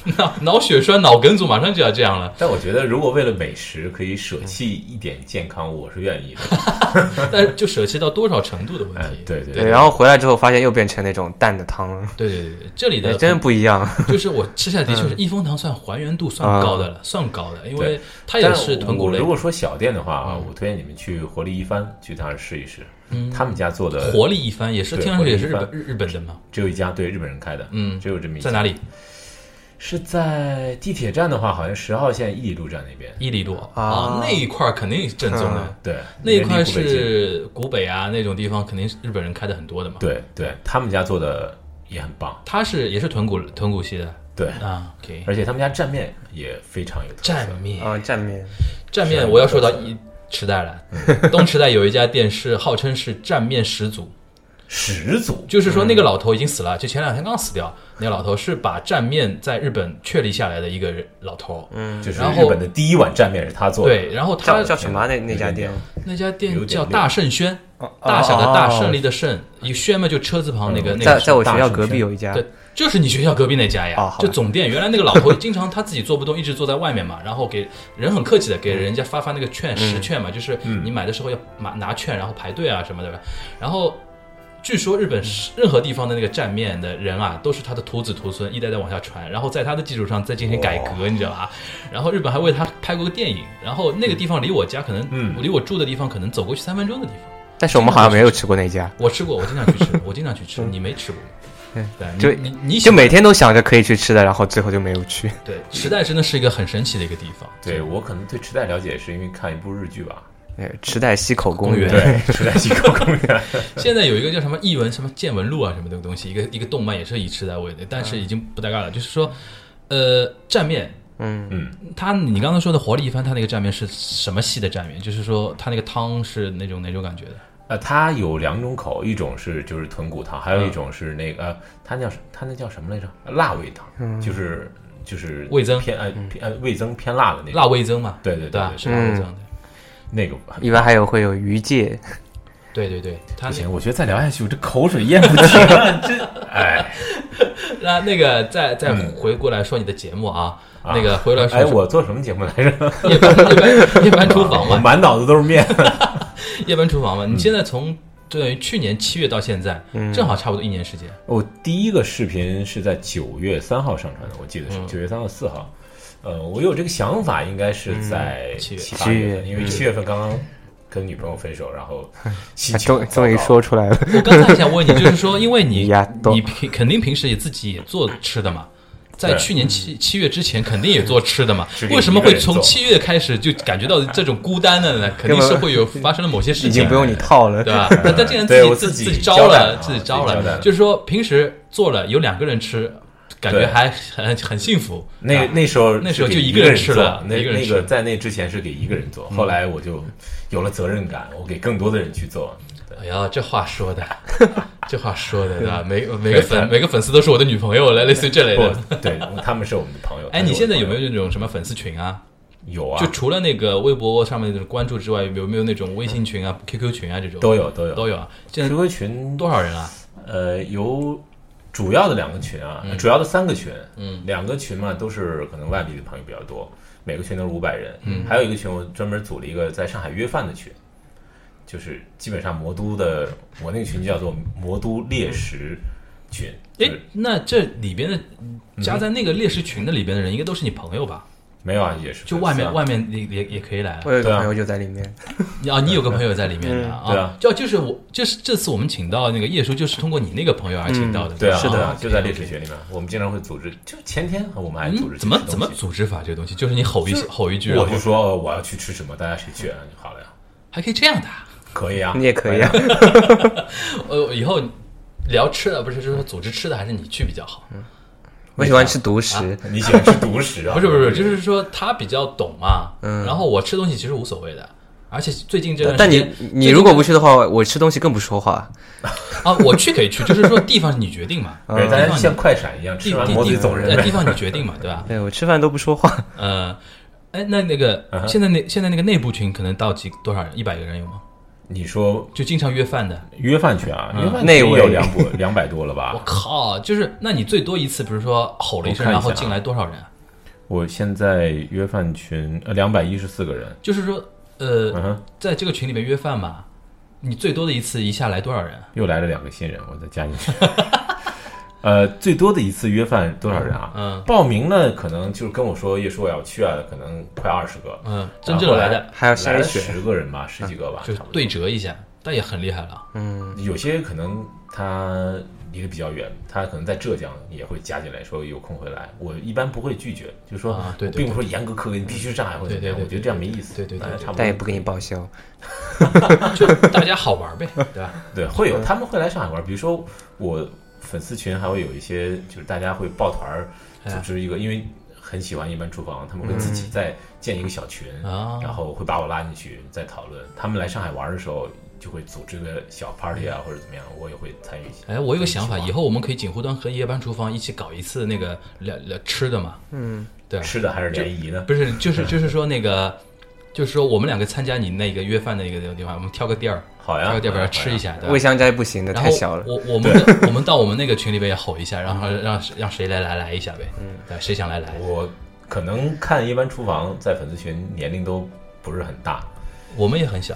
Speaker 3: 脑脑血栓、脑梗阻马上就要这样了。
Speaker 2: 但我觉得，如果为了美食可以舍弃一点健康，我是愿意的。
Speaker 3: 但是就舍弃到多少程度的问
Speaker 2: 哎
Speaker 3: 题？，
Speaker 2: 对对
Speaker 4: 对，然后回来之后发现又变成那种淡的汤了，
Speaker 3: 对对对对，这里的
Speaker 4: 哎真的不一样。
Speaker 3: 就是我吃下来的确
Speaker 2: 嗯
Speaker 3: 是益丰堂算还原度算高的了，算高的，因为它也
Speaker 2: 啊但
Speaker 3: 是豚骨
Speaker 2: 我
Speaker 3: 类嗯
Speaker 2: 如，果说小店的话啊，我推荐你们去活力一番，去他那儿试一试。他们家做的
Speaker 3: 活力一番也是
Speaker 2: 对
Speaker 3: 听上去也是日
Speaker 2: 活力一
Speaker 3: 本日日本的嘛，
Speaker 2: 只有一家对日本人开的，
Speaker 3: 嗯
Speaker 2: 只有这么一家。
Speaker 3: 在哪里？
Speaker 2: 是在地铁站的话，好像十号线义里路站那边。
Speaker 3: 伊犁路啊
Speaker 4: 啊
Speaker 3: 那一块儿肯定是正宗的，
Speaker 2: 对，
Speaker 3: 那一块
Speaker 2: 离古北京
Speaker 3: 是古北啊那种地方，肯定是日本人开的很多的嘛。，
Speaker 2: 对对，他们家做的也很棒。
Speaker 3: 它是也是豚骨豚骨系的
Speaker 2: 对，
Speaker 3: 啊。OK，
Speaker 2: 而且他们家蘸面也非常有特色。
Speaker 3: 蘸面
Speaker 4: 啊，蘸面，
Speaker 3: 蘸
Speaker 2: 是
Speaker 3: 面，我要说到一池袋
Speaker 2: 嗯
Speaker 3: 了，东池袋有一家店是号称是蘸面始祖，
Speaker 2: 十足，
Speaker 3: 就是
Speaker 4: 嗯
Speaker 3: 说那个老头已经死了，就前两天刚死掉。那个老头是把蘸面在日本确立下来的一个人老头。嗯，
Speaker 2: 就是
Speaker 3: 然
Speaker 2: 日
Speaker 3: 后
Speaker 2: 本的第一碗蘸面是他做的。
Speaker 3: 对，然后
Speaker 4: 叫
Speaker 3: 他
Speaker 4: 叫什么啊那那家店？
Speaker 3: 那家
Speaker 2: 有
Speaker 3: 店
Speaker 2: 点
Speaker 3: 叫
Speaker 2: 六
Speaker 3: 大圣轩，
Speaker 4: 哦
Speaker 3: 大小的大，
Speaker 4: 哦嗯
Speaker 3: 胜利的胜，一轩嘛就车字旁那个那
Speaker 4: 在
Speaker 3: 个
Speaker 4: 在
Speaker 3: 胜。
Speaker 4: 我学校隔
Speaker 2: 大神
Speaker 4: 壁有一家，
Speaker 3: 对，就是你学校隔壁那家
Speaker 4: 哦
Speaker 3: 呀
Speaker 4: 好，吧
Speaker 3: 就总店。原来那个老头经常他自己做不动，一直坐在外 面嘛，然后给人很客气的给人家发发那个券，
Speaker 4: 嗯
Speaker 3: 实券嘛，就是你买的时候要拿拿券，然后排队啊什么的。然后据说日本是任何地方的那个蘸面的人啊，都是他的徒子徒孙一代代往下传，然后在他的基础上再进行改革，你知道吧？然后日本还为他拍过个电影，然后那个地方离我家可能，
Speaker 2: 嗯
Speaker 3: 离我住的地方可能走过去三分钟的地方。
Speaker 4: 但是我们好像没有吃过那家，
Speaker 3: 我吃过，我经常 去吃，我经常去吃，你没吃过吗？
Speaker 4: 嗯就
Speaker 3: 对，你你你喜
Speaker 4: 就
Speaker 3: 欢
Speaker 4: 每天都想着可以去吃的，然后最后就没有去。
Speaker 3: 对，池袋真的是一个很神奇的一个地方。
Speaker 2: 对我可能对池袋了解是因为看一部日剧 吧。
Speaker 4: 哎，池袋西口公
Speaker 3: 公园
Speaker 4: 园，
Speaker 2: 对，池袋西口公园。
Speaker 3: 现在有一个叫什么译文什么见闻录啊什么的东西，一个一个动漫也是以池袋为的，但是已经不搭嘎了。就是说，呃，蘸面，
Speaker 4: 嗯
Speaker 2: 嗯，
Speaker 3: 它你刚刚说的活力一番，它那个蘸面是什么系的蘸面？就是说它那个汤是那种哪种感觉的？
Speaker 2: 呃，它有两种口，一种是就是豚骨汤，还
Speaker 3: 嗯
Speaker 2: 有一种是那个、呃，它叫什它那叫什么来着？辣味汤，就是就是
Speaker 3: 嗯味增嗯
Speaker 2: 偏呃偏呃味增偏辣的那种。
Speaker 3: 辣味增嘛，
Speaker 2: 对对
Speaker 3: 对吧？嗯
Speaker 2: 对
Speaker 3: 是辣味增的。
Speaker 2: 那个
Speaker 4: 一般还有会有鱼介，
Speaker 3: 对对对，它
Speaker 2: 不
Speaker 3: 那
Speaker 2: 行，我觉得再聊下去我这口水咽不 停了，这哎
Speaker 3: 那那个再再回过来说你的节目啊，
Speaker 2: 啊
Speaker 3: 那个回来说
Speaker 2: 哎，我做什么节目来着？
Speaker 3: 夜班夜班夜班厨房
Speaker 2: 我
Speaker 3: 嘛，
Speaker 2: 满脑子都是面。
Speaker 3: 夜班厨房嘛，你现在从对于去年七月到现在，正好差不多一年时间。
Speaker 2: 我第一个视频是在九月三号上传的，我记得是
Speaker 3: 嗯
Speaker 2: 九月三号、四号。呃，我有这个想法，应该是在
Speaker 3: 嗯七月嗯
Speaker 2: 七八月份，
Speaker 4: 七月
Speaker 2: 因为七月份刚刚跟女朋友分手，然后心
Speaker 4: 哎
Speaker 2: 情
Speaker 4: 终
Speaker 2: 很糟
Speaker 4: 终于
Speaker 2: 糕
Speaker 4: 说出来了。
Speaker 3: 我刚才还想问你，就是说，因为你
Speaker 4: 呀都
Speaker 3: 你平肯定平时也自己也做吃的嘛，在
Speaker 2: 对
Speaker 3: 去年七七月之前肯定也做吃的嘛
Speaker 2: 只，给
Speaker 3: 为什么
Speaker 2: 一个
Speaker 3: 会
Speaker 2: 人
Speaker 3: 从
Speaker 2: 做
Speaker 3: 七月开始就感觉到这种孤单 了呢？肯定是会有发生了某些事情，
Speaker 4: 已经不用你套了
Speaker 3: 对。吧？他他竟然
Speaker 2: 对我
Speaker 3: 自
Speaker 2: 自己
Speaker 3: 自己招
Speaker 2: 交代了
Speaker 3: 了，自己
Speaker 2: 自
Speaker 3: 招
Speaker 2: 己交代了
Speaker 3: 就是说平时做了有两个人吃，感觉
Speaker 2: 对
Speaker 3: 还很很幸福。
Speaker 2: 那
Speaker 3: 啊
Speaker 2: 那时候
Speaker 3: 那时候
Speaker 2: 是
Speaker 3: 就
Speaker 2: 给
Speaker 3: 一
Speaker 2: 一
Speaker 3: 个人
Speaker 2: 人
Speaker 3: 吃
Speaker 2: 做
Speaker 3: 了
Speaker 2: 那
Speaker 3: 一个人
Speaker 2: 那
Speaker 3: 吃嗯
Speaker 2: 个在那之前是给一个人做，后来我就有了责任感，我给更多的人去做。对
Speaker 3: 哎呀，这话说 的，这话说的，对吧？每每个粉每个粉丝都是我的女朋友了，类似于这类的。
Speaker 2: 不，对，他们是我们的朋友。
Speaker 3: 哎，
Speaker 2: 他是我
Speaker 3: 你
Speaker 2: 的
Speaker 3: 现在有
Speaker 2: 朋
Speaker 3: 没
Speaker 2: 友
Speaker 3: 有那种什么粉丝群啊？
Speaker 2: 有啊？
Speaker 3: 就除了那个微博上面那种关注之外，有没有那种微信群啊、QQ 群啊这
Speaker 2: 嗯
Speaker 3: 种？
Speaker 2: 都有都有
Speaker 3: 都有啊。现在
Speaker 2: QQ 群
Speaker 3: 多少人啊？
Speaker 2: 呃，有主要的两个群啊，主要的三个群，嗯，两个群嘛都是可能外地的朋友比较多，每个群都是五百人，嗯，还有一个群我专门组了一个在上海约饭的群，就是基本上魔都的，我那个群叫做魔都
Speaker 3: 嗯
Speaker 2: 猎食群，就
Speaker 3: 哎
Speaker 2: 是，嗯
Speaker 3: 那这里边的加在那个烈士群的里边的人，应该都是你朋友吧？
Speaker 2: 没有啊，也是
Speaker 3: 就外面
Speaker 2: 粉丝啊
Speaker 3: 外面也也也可以来啊
Speaker 4: 我有一
Speaker 2: 对
Speaker 4: 个
Speaker 2: 啊
Speaker 4: 朋友就在里面，
Speaker 3: 你啊，你有个朋友在里面的啊，
Speaker 2: 对啊
Speaker 3: 就就是我，就是这次我们请到那个叶叔，就是通过你那个朋友而请到的，
Speaker 2: 对啊，
Speaker 4: 是的
Speaker 2: 啊就在烈士学里面，我们经常会组织，就前天我们还组织
Speaker 3: 嗯，怎么
Speaker 2: 这些东西
Speaker 3: 怎么组啊织法这个东西？就是你吼一吼一句，
Speaker 2: 我
Speaker 3: 然
Speaker 2: 就
Speaker 3: 后
Speaker 2: 说呃我要去吃什么，大家谁去啊就好了呀，
Speaker 3: 还可以这样的啊。
Speaker 2: 可以啊，
Speaker 4: 你也可以啊。
Speaker 3: 呃，以后聊吃的不是，就是说组织吃的，还是你去比较好。
Speaker 4: 我喜欢吃独食，
Speaker 2: 你喜欢吃独食啊？
Speaker 3: 不是不是，就是说他比较懂嘛。
Speaker 4: 嗯
Speaker 3: 然后我吃东西其实无所谓的，而且最近这段
Speaker 4: 但
Speaker 3: 时
Speaker 4: 你
Speaker 3: 间
Speaker 4: 你如果不去的话，我吃东西更不说话。
Speaker 3: 啊，我去可以去， 就是说地方是你决定嘛。
Speaker 4: 啊
Speaker 2: 对，大家就像快闪一样，吃
Speaker 3: 地地
Speaker 2: 完魔
Speaker 3: 地
Speaker 2: 腿走人
Speaker 3: 呃
Speaker 2: 呗
Speaker 3: 地。方你决定嘛，对吧？
Speaker 4: 对我吃饭都不说话，
Speaker 3: 呃，哎，那那个
Speaker 2: 嗯
Speaker 3: 现在那现在那个内部群可能到几多少人？一百个人有吗？
Speaker 2: 你说
Speaker 3: 就经常约饭的。
Speaker 2: 约饭群啊，约饭群
Speaker 4: 内
Speaker 2: 也
Speaker 4: 围
Speaker 2: 有两百两百多了
Speaker 3: 我
Speaker 2: 吧？
Speaker 3: 靠，就是那你最多一次，比如说吼了一声，
Speaker 2: 啊我看一下啊
Speaker 3: 然后进来多少人啊？
Speaker 2: 我现在约饭群呃两百一十四个人，
Speaker 3: 就是说，呃，
Speaker 2: 嗯哼，
Speaker 3: 在这个群里面约饭嘛，你最多的一次一下来多少人啊？
Speaker 2: 又来了两个新人，我再加进去。呃，最多的一次约饭多少人啊？
Speaker 3: 嗯
Speaker 2: 报名呢，可能就是跟我说叶叔我要去啊，可能快二十个，
Speaker 3: 嗯，真正来的
Speaker 4: 还要
Speaker 2: 来
Speaker 4: 筛
Speaker 2: 了
Speaker 4: 选。
Speaker 2: 十个人吧，十几个吧，
Speaker 3: 就
Speaker 2: 啊差不多。
Speaker 3: 对折一下，但也很厉害了。
Speaker 2: 有些可能他离得比较远，他可能在浙江也会加进来，说有空回来。我一般不会拒绝，就说、
Speaker 3: 啊对对
Speaker 2: 并不是说严格苛刻，你必须上海或者怎么样，
Speaker 3: 对对对
Speaker 2: 我觉得这样没意思。
Speaker 3: 对对对
Speaker 2: 大家差不多。
Speaker 4: 但也不给你报销，
Speaker 3: 就大家好玩 呗，对吧？
Speaker 2: 对，会有他们会来上海玩，比如说我粉丝群还会有一些，就是大家会抱团儿
Speaker 3: 哎
Speaker 2: 组织一个，因为很喜欢一班厨房，他们会自己再建一个小群，
Speaker 3: 啊
Speaker 2: 然后会把我拉进去再讨论。他们来上海玩的时候就会组织个小 party
Speaker 3: 嗯
Speaker 2: 啊，或者怎么样，我也会参与一下。
Speaker 3: 哎，我有个想法，
Speaker 2: 一起玩
Speaker 3: 以后我们可以锦湖端和夜班厨房一起搞一次那个聊聊吃的嘛。嗯，对吧，
Speaker 2: 吃的还是联谊呢？
Speaker 3: 不是，就是就是说那个，就是说我们两个参加你那个约饭的一个地方，我们挑个地儿，
Speaker 2: 好哎呀，
Speaker 3: 挑个地儿
Speaker 2: 好
Speaker 3: 把
Speaker 2: 呀
Speaker 3: 它吃一。下，对吧
Speaker 4: 味？香斋不行的，
Speaker 3: 然
Speaker 4: 太
Speaker 3: 后
Speaker 4: 小了。
Speaker 3: 我我们 的我们到我们那个群里边也吼一下，然后
Speaker 2: 嗯
Speaker 3: 让让谁来来来一下呗，嗯，对，谁想来来
Speaker 2: 好。呀我可能看一般厨房在粉丝群年龄都不是很大，
Speaker 3: 我们也很小，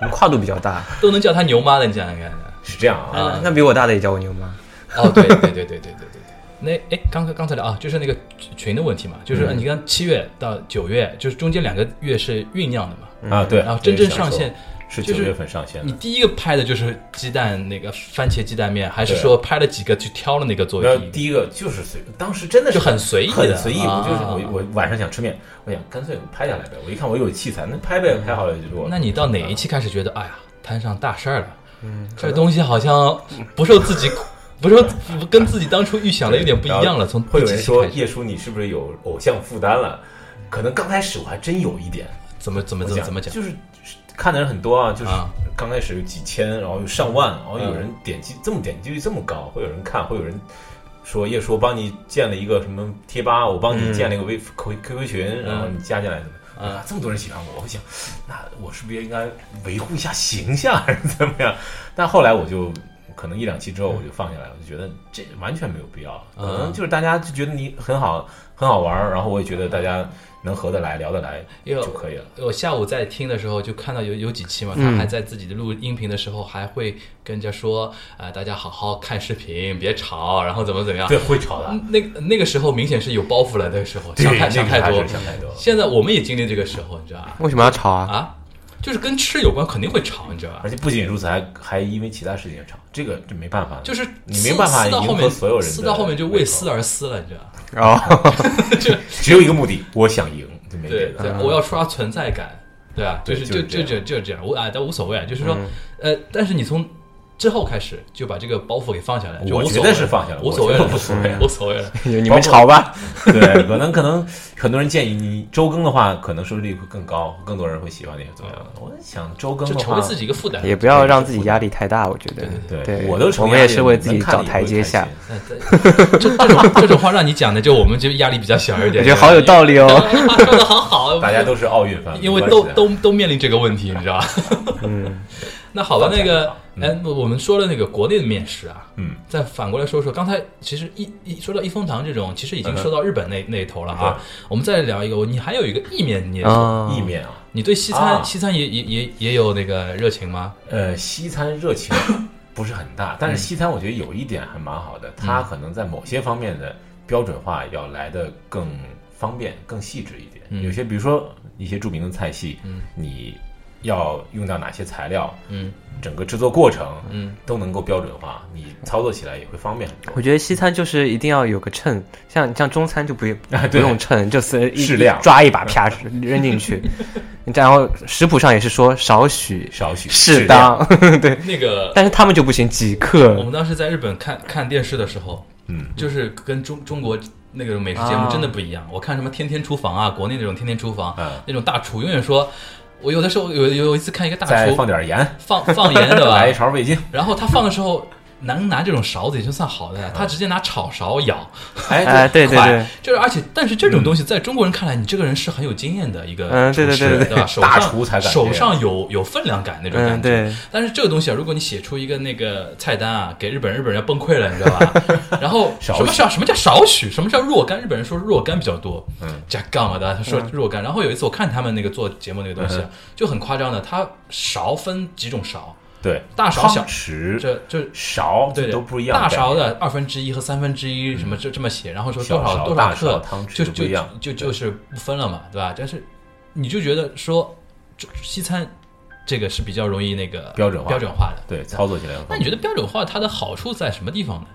Speaker 4: 我们跨度比较大，
Speaker 3: 都能叫她牛妈了，你想想看。
Speaker 2: 是这样啊。
Speaker 3: 啊
Speaker 4: 那比我大的也叫我牛妈。
Speaker 3: 哦，对对对对对对对对。那哎，刚才刚才聊啊，就是那个群的问题嘛，
Speaker 2: 嗯
Speaker 3: 就是你看七月到九月，就是中间两个月是酝酿的嘛，
Speaker 2: 啊，对，
Speaker 3: 然后嗯哦真正上线，
Speaker 2: 是
Speaker 3: 就
Speaker 2: 九
Speaker 3: 是
Speaker 2: 月份上线
Speaker 3: 你
Speaker 2: 的。
Speaker 3: 第一个拍的就是鸡蛋那个番茄鸡蛋面，还是说拍了几个去挑了那个作
Speaker 2: 那
Speaker 3: 为第
Speaker 2: 第
Speaker 3: 一？
Speaker 2: 一个就是随，当时真的是
Speaker 3: 就很随意的
Speaker 2: 很随意。
Speaker 3: 啊
Speaker 2: 我就是我，我晚上想吃面，我想干脆我拍下来呗。我一看我有器材，那拍呗，拍好了就是我。
Speaker 3: 那你到哪一期开始觉得，哎呀，摊上大事儿了？嗯，这东西好像不受自己，不受跟自己当初预想的有点不一样了。从
Speaker 2: 会有
Speaker 3: 第
Speaker 2: 人
Speaker 3: 几期
Speaker 2: 说
Speaker 3: 开始
Speaker 2: 叶叔，你是不是有偶像负担了？可能刚开始我还真有一点，
Speaker 3: 怎么怎么
Speaker 2: 我
Speaker 3: 怎么怎么讲？
Speaker 2: 就是看的人很多啊，就是
Speaker 3: 啊
Speaker 2: 刚开始有几千，然后有上万，然后有
Speaker 3: 嗯
Speaker 2: 人点击这么点击率这么高，会有人看，会有人说叶叔我帮你建了一个什么贴吧，我帮你建了一个微 Q Q Q 群，然后你加进来怎么？
Speaker 3: 嗯
Speaker 2: 啊，这么多人喜欢我，我想，那我是不是也应该维护一下形象，还是怎么样？但后来我就可能一两期之后
Speaker 3: 嗯
Speaker 2: 我就放下来了，我就觉得这完全没有必要。可能就是大家就觉得你很好，很好玩儿，然后我也觉得大家能合得来、聊得来
Speaker 3: 因为
Speaker 2: 就可以了。
Speaker 3: 我下午在听的时候，就看到有有几期嘛，
Speaker 2: 嗯
Speaker 3: 他还在自己的录音频的时候，还会跟人家说啊、大家好好看视频，别吵，然后怎么怎么样。
Speaker 2: 对，，会吵的。
Speaker 3: 那个那个时候明显是有包袱了，那个时候
Speaker 2: 对
Speaker 3: 想太
Speaker 2: 那
Speaker 3: 想
Speaker 2: 个
Speaker 3: 太
Speaker 2: 还是
Speaker 3: 多，
Speaker 2: 想太多了
Speaker 3: 现在我们也经历这个时候，你知道吧？
Speaker 4: 为什么要吵啊？
Speaker 3: 啊，就是跟吃有关，肯定会吵，你知道吧
Speaker 2: 而？且不仅如此，还还因为其他事情吵，这个这没办法的，
Speaker 3: 就是
Speaker 2: 你没办法
Speaker 3: 撕到后
Speaker 2: 迎合
Speaker 3: 面，
Speaker 2: 所有人的
Speaker 3: 撕到后面就为撕
Speaker 2: 胃口，
Speaker 3: 而撕了，你知道吧？
Speaker 4: 哦，
Speaker 2: 只有一个目的，我想赢，就没别
Speaker 3: 对
Speaker 2: 的。嗯
Speaker 3: 对，我要刷存在感，对吧？
Speaker 2: 对
Speaker 3: 是
Speaker 2: 就
Speaker 3: 就
Speaker 2: 这
Speaker 3: 是就
Speaker 2: 嗯
Speaker 3: 就就这样，我啊，但无所谓，就是说，呃，但是你从之后开始就把这个包袱给放下来，就
Speaker 2: 我
Speaker 3: 无
Speaker 2: 觉
Speaker 3: 所
Speaker 2: 得
Speaker 3: 谓
Speaker 2: 是放下了
Speaker 3: 无所谓
Speaker 2: 我觉
Speaker 3: 了，
Speaker 2: 得无所谓
Speaker 3: 无所谓了。
Speaker 4: 你
Speaker 2: 包括
Speaker 4: 们吵吧。
Speaker 2: 对，可能可能很多人建议你周更的话，可能收视率会更高，更多人会喜欢你，怎么样？我想周更
Speaker 3: 就
Speaker 2: 的
Speaker 3: 成
Speaker 2: 话
Speaker 3: 为，自己一个负担。
Speaker 4: 也不要让自己压力太大，我觉得。
Speaker 2: 对
Speaker 4: 对，
Speaker 2: 我都是
Speaker 4: 我们也是为自己找台阶下。
Speaker 3: 哎对 这这种这种话让你讲的，就我们就压力比较小一
Speaker 4: 我
Speaker 3: 点。
Speaker 4: 觉得好有道理哦。
Speaker 3: 理，话说的好好，
Speaker 2: 大家都是奥运fan，
Speaker 3: 因为
Speaker 2: 啊没关
Speaker 3: 都
Speaker 2: 系的
Speaker 3: 都都面临这个问题，你知道吧？
Speaker 4: 嗯，
Speaker 3: 那好吧，那个，
Speaker 2: 嗯
Speaker 3: 哎，我们说了那个国内的面食啊，
Speaker 2: 嗯，
Speaker 3: 再反过来说说，刚才其实一一说到一风堂这种，其实已经
Speaker 2: 嗯哼
Speaker 3: 说到日本那那一头了啊。我们再聊一个，你还有一个意面，你也做
Speaker 4: 啊
Speaker 2: 意面啊，
Speaker 3: 你对西餐、
Speaker 2: 啊
Speaker 3: 西餐也也也也有那个热情吗？
Speaker 2: 呃，西餐热 情
Speaker 3: 嗯
Speaker 2: 不是很大，但是西餐我觉得有一点还蛮好的，它可能在某些方面的标准化要来的更方便、更细致一点。
Speaker 3: 嗯
Speaker 2: 有些比如说一些著名的菜系，
Speaker 3: 嗯
Speaker 2: 你要用到哪些材料，
Speaker 3: 嗯
Speaker 2: 整个制作过程
Speaker 3: 嗯
Speaker 2: 都能够标准化，你操作起来也会方便很多
Speaker 4: 我。觉得西餐就是一定要有个秤，像像中餐就不用、
Speaker 2: 啊
Speaker 4: 不
Speaker 2: 对
Speaker 4: 用秤，就是一
Speaker 2: 适量
Speaker 4: 抓一把啪扔进去。然后食谱上也是说少许
Speaker 2: 少许
Speaker 4: 适
Speaker 2: 适量
Speaker 4: 当， 对，
Speaker 3: 那个
Speaker 4: 但是他们就不行，几
Speaker 3: 我
Speaker 4: 克
Speaker 3: 们当时在日本看看电视的时候，
Speaker 2: 嗯，
Speaker 3: 就是跟中中国那个美食
Speaker 2: 啊
Speaker 3: 节目真的不一样。我看什么《天天厨房》啊，国内那种《天天厨房》
Speaker 2: 嗯
Speaker 3: 那种大厨永远说，我有的时候有有有一次看一个大
Speaker 2: 再
Speaker 3: 厨
Speaker 2: 放点盐，
Speaker 3: 放放盐对吧
Speaker 2: 来一？勺味精。
Speaker 3: 然后他放的时候。能拿这种勺子也就算好的呀，他直接拿炒勺舀，
Speaker 4: 哎对对
Speaker 3: 快
Speaker 4: 对，
Speaker 3: 就是而且但是这种东西在中国人看来，你这个人是很有经验的一个
Speaker 4: 嗯对对
Speaker 3: 厨师
Speaker 4: 对对
Speaker 3: 对吧？手
Speaker 2: 大
Speaker 3: 上
Speaker 2: 厨才敢这
Speaker 3: 手
Speaker 2: 样
Speaker 3: 上有有分量感那种感觉，
Speaker 4: 嗯对，
Speaker 3: 但是这个东西啊，如果你写出一个那个菜单啊，给日本人日本人要崩溃了，你知道 吧？然后
Speaker 2: 少
Speaker 3: 什么
Speaker 2: 许
Speaker 3: 叫什么叫少许？什么叫若干？日本人说若干比较多，
Speaker 2: 嗯
Speaker 3: 加杠嘛的，他说若干。然后有一次我看他们那个做节目那个东西
Speaker 2: 嗯
Speaker 3: 啊，就很夸张的，他勺分几种勺，
Speaker 2: 对，
Speaker 3: 大勺小
Speaker 2: 汤匙、
Speaker 3: 这这。
Speaker 2: 勺
Speaker 3: 对，
Speaker 2: 都不一样，嗯
Speaker 3: 大勺的二分之一和三分之一什么这这么写，然后说多
Speaker 2: 小
Speaker 3: 少
Speaker 2: 勺
Speaker 3: 多少
Speaker 2: 大勺
Speaker 3: 克
Speaker 2: 汤，匙
Speaker 3: 就
Speaker 2: 都不
Speaker 3: 就
Speaker 2: 一样
Speaker 3: 就就是不分了嘛，对吧？但是你就觉得说，这西餐这个是比较容易那个
Speaker 2: 标准化
Speaker 3: 标准化的，
Speaker 2: 对，操作起来很方
Speaker 3: 那
Speaker 2: 便。
Speaker 3: 你觉得标准化它的好处在什么地方呢？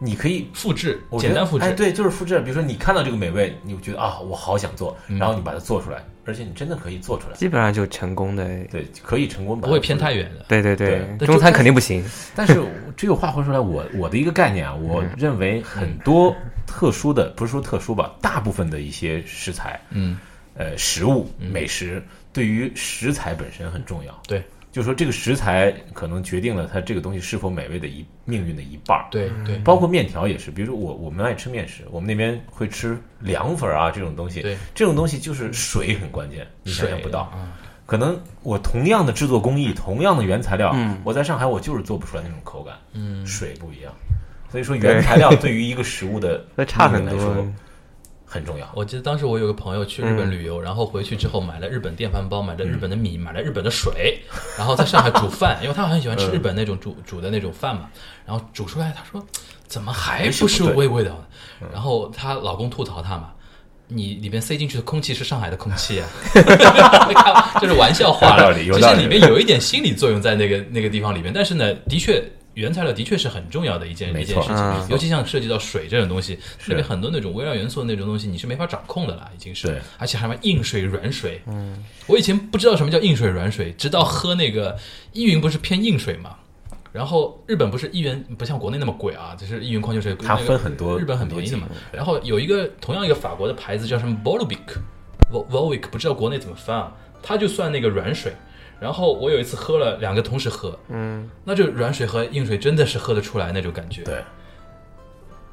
Speaker 2: 你可以
Speaker 3: 复制
Speaker 2: 我，觉
Speaker 3: 简
Speaker 2: 得
Speaker 3: 单复制。
Speaker 2: 哎，对，就是复制。比如说你看到这个美味，你觉得啊，我好想做，
Speaker 3: 嗯
Speaker 2: 然后你把它做出来，而且你真的可以做出来，
Speaker 4: 基本上就成功的。
Speaker 2: 对，可以成功把
Speaker 3: 不
Speaker 2: 它
Speaker 3: 会偏
Speaker 2: 做出来
Speaker 3: 太。远的。
Speaker 4: 对对
Speaker 2: 对
Speaker 4: 中
Speaker 3: 就
Speaker 4: 餐肯定不行。
Speaker 2: 但是我这个话回出来，我我的一个概念啊，
Speaker 3: 嗯
Speaker 2: 我认为很多特殊的，不是说特殊吧，大部分的一些食材，
Speaker 3: 嗯，
Speaker 2: 呃，食物、美食，对于食材本身很重要。
Speaker 3: 对
Speaker 2: 就说这个食材可能决定了它这个东西是否美味的一命运的一半儿。
Speaker 3: 对对
Speaker 2: 嗯包括面条也是，比如说我我们爱吃面食，我们那边会吃凉粉儿啊这种东西，
Speaker 3: 对，
Speaker 2: 这种东西就是水很关键，你想
Speaker 3: 水
Speaker 2: 象不到。
Speaker 3: 嗯
Speaker 2: 可能我同样的制作工艺，同样的原材料，
Speaker 4: 嗯
Speaker 2: 我在上海我就是做不出来那种口感，嗯，水不一样。所以说
Speaker 4: 对
Speaker 2: 原材料对于一个食物的
Speaker 4: 那差很
Speaker 2: 命运来
Speaker 4: 多
Speaker 2: 说，很重要。
Speaker 3: 我记得当时我有个朋友去日
Speaker 2: 嗯
Speaker 3: 本旅游，然后回去之后买了日本电饭煲，买了日本的米，买了日本的水，然后在上海煮饭，因为他很喜欢
Speaker 2: 嗯
Speaker 3: 吃日本那种煮煮的那种饭嘛。然后煮出来，他说怎么还不是味味道呢？
Speaker 2: 嗯
Speaker 3: 然后她老公吐槽她嘛。你里边塞进去的空气是上海的空 气啊，这是玩笑话
Speaker 2: 有道
Speaker 3: 了，
Speaker 2: 理有
Speaker 3: 就
Speaker 2: 道
Speaker 3: 是
Speaker 2: 理
Speaker 3: 里面有一点心理作用在那个那个地方里面，但是呢，的确原材料的确是很重要的一件
Speaker 2: 没
Speaker 3: 一件
Speaker 2: 错
Speaker 3: 事情，
Speaker 4: 嗯
Speaker 3: 尤其像涉及到水这种东西，里面很多那种微量元素的那种东西，你是没法掌控的啦，已经是
Speaker 2: 对，
Speaker 3: 而且还什么硬水、软水。嗯，我以前不知道什么叫硬水、软水，直到喝那个依云不是偏硬水嘛，然后日本不是一元不像国内那么贵啊，就是一元矿泉水，
Speaker 2: 它
Speaker 3: 那个
Speaker 2: 分很多
Speaker 3: 日本很便宜的嘛
Speaker 2: 很多级。
Speaker 3: 然后有一个同样一个法国的牌子叫什么 Volvic，Vol Volvic 不知道国内怎么翻啊，它就算那个软水。然后我有一次喝了两个同时喝，嗯，那就软水和硬水真的是喝得出来那种感觉。
Speaker 2: 对，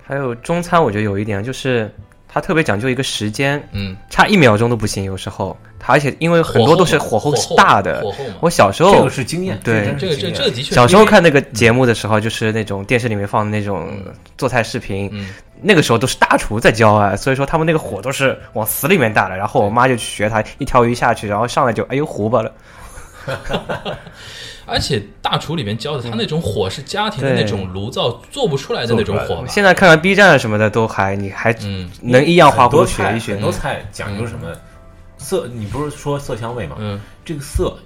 Speaker 4: 还有中餐，我觉得有一点就是它特别讲究一个时间，
Speaker 3: 嗯，
Speaker 4: 差一秒钟都不行，有时候它而且因为很多都是
Speaker 3: 火候
Speaker 4: 火候
Speaker 3: 嘛
Speaker 4: 是大的
Speaker 3: 火候嘛。
Speaker 4: 我小时
Speaker 2: 这
Speaker 4: 候
Speaker 2: 个是经验，
Speaker 4: 对
Speaker 2: 真是
Speaker 3: 这个这
Speaker 2: 经验
Speaker 3: 这的确，
Speaker 4: 小时候看那个节目的时候，就是那种电视里面放的那种做菜视频，
Speaker 3: 嗯
Speaker 4: 那个时候都是大厨在教啊，所以说他们那个火都是往死里面打的。然后我妈就去学他，一条鱼下去，然后上来就哎呦糊巴了。
Speaker 3: 而且大厨里面教的，他那种火是家庭的
Speaker 4: 对
Speaker 3: 那种炉灶做不出来的那种火
Speaker 2: 做不出来
Speaker 3: 吧？
Speaker 4: 现在看看 B 站啊什么的，都还你还
Speaker 3: 嗯
Speaker 4: 能一样花
Speaker 2: 很
Speaker 4: 葫芦
Speaker 2: 多
Speaker 4: 学
Speaker 2: 菜
Speaker 4: 一学嗯
Speaker 2: 很。多菜讲究什么色？你不是说色香味吗？
Speaker 3: 嗯，
Speaker 2: 这个色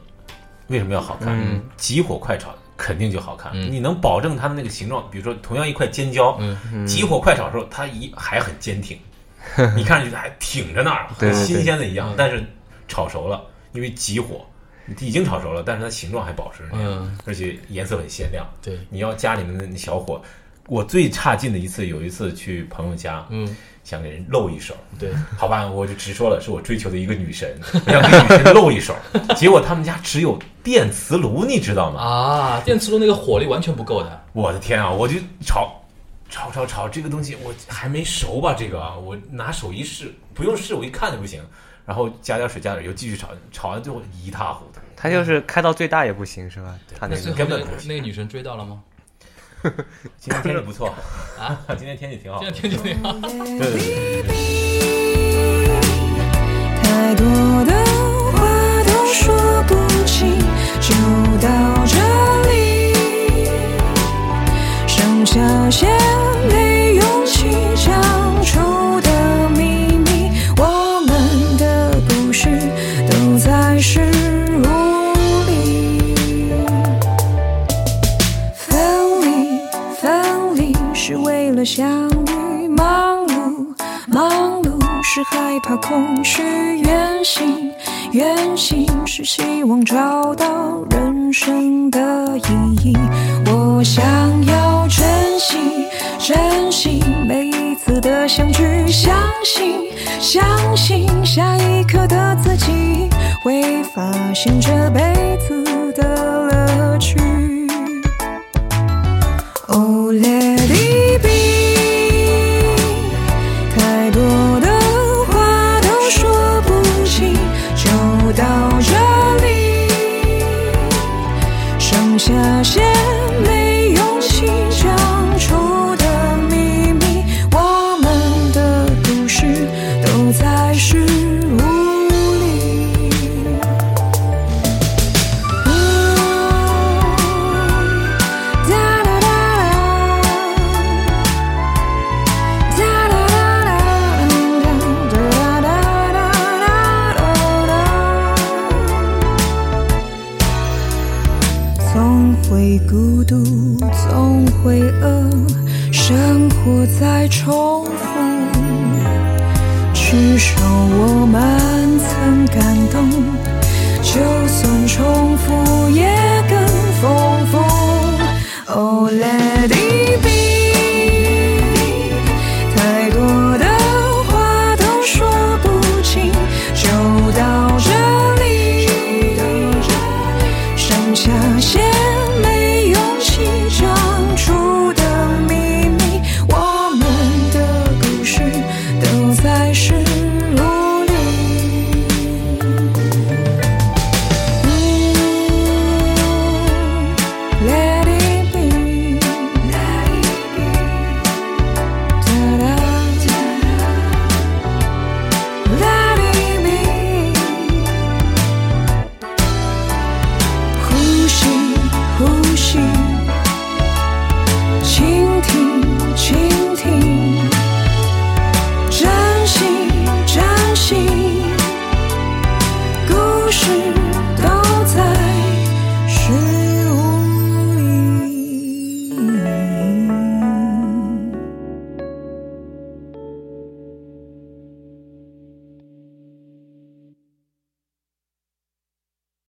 Speaker 2: 为什么要好看？
Speaker 4: 嗯
Speaker 2: 急火快炒肯定就好看。
Speaker 3: 嗯
Speaker 2: 你能保证它的那个形状，比如说同样一块尖椒，
Speaker 4: 嗯
Speaker 2: 急火快炒的时候，它一还很坚 挺，你看上去还挺着那儿，
Speaker 4: 对
Speaker 2: 很
Speaker 4: 对对嗯
Speaker 2: 新鲜的一样。但是炒熟了，因为急火已经炒熟了，但是它形状还保持着那样，
Speaker 3: 嗯
Speaker 2: 而且颜色很鲜亮。
Speaker 3: 对，
Speaker 2: 你要家里面的那小火。我最差劲的一次，有一次去朋友家，
Speaker 3: 嗯，
Speaker 2: 想给人露一手，
Speaker 3: 对，
Speaker 2: 好吧，我就直说了，是我追求的一个女神， 我想给女神露一手。结果他们家只有电磁炉，你知道吗？
Speaker 3: 啊，电磁炉那个火力完全不够的，
Speaker 2: 我的天啊！我就炒，炒炒炒，这个东西我还没熟吧？这个啊，我拿手一试，不用试，我一看就不行。然后加点水，加点油，继续炒，炒完最后一塌糊涂。
Speaker 4: 他就是开到最大也不行是吧？他
Speaker 3: 那
Speaker 4: 那
Speaker 3: 最
Speaker 4: 个
Speaker 3: 后那
Speaker 2: 根
Speaker 3: 个
Speaker 2: 本不行
Speaker 3: 那个女神追到了吗？
Speaker 2: 今天天气不错
Speaker 3: 啊，
Speaker 2: 今天天气挺好
Speaker 3: 现在。天气那样，
Speaker 2: 对对对，
Speaker 5: 太多的话都说不清，就到这里。上桥前没勇气讲出了相遇，忙碌，忙碌是害怕空虚，远行，远行是希望找到人生的意义。我想要珍惜，珍惜每一次的相聚，相信，相信下一刻的自己会发现这辈子的乐趣。Oh, let it be。太多的话都说不清，就到这里，剩下些没勇气讲出的秘密，我们的故事都在事无里。哒哒哒哒。总会孤独，总会饿，生活在重复，去受我们曾感动 Oh,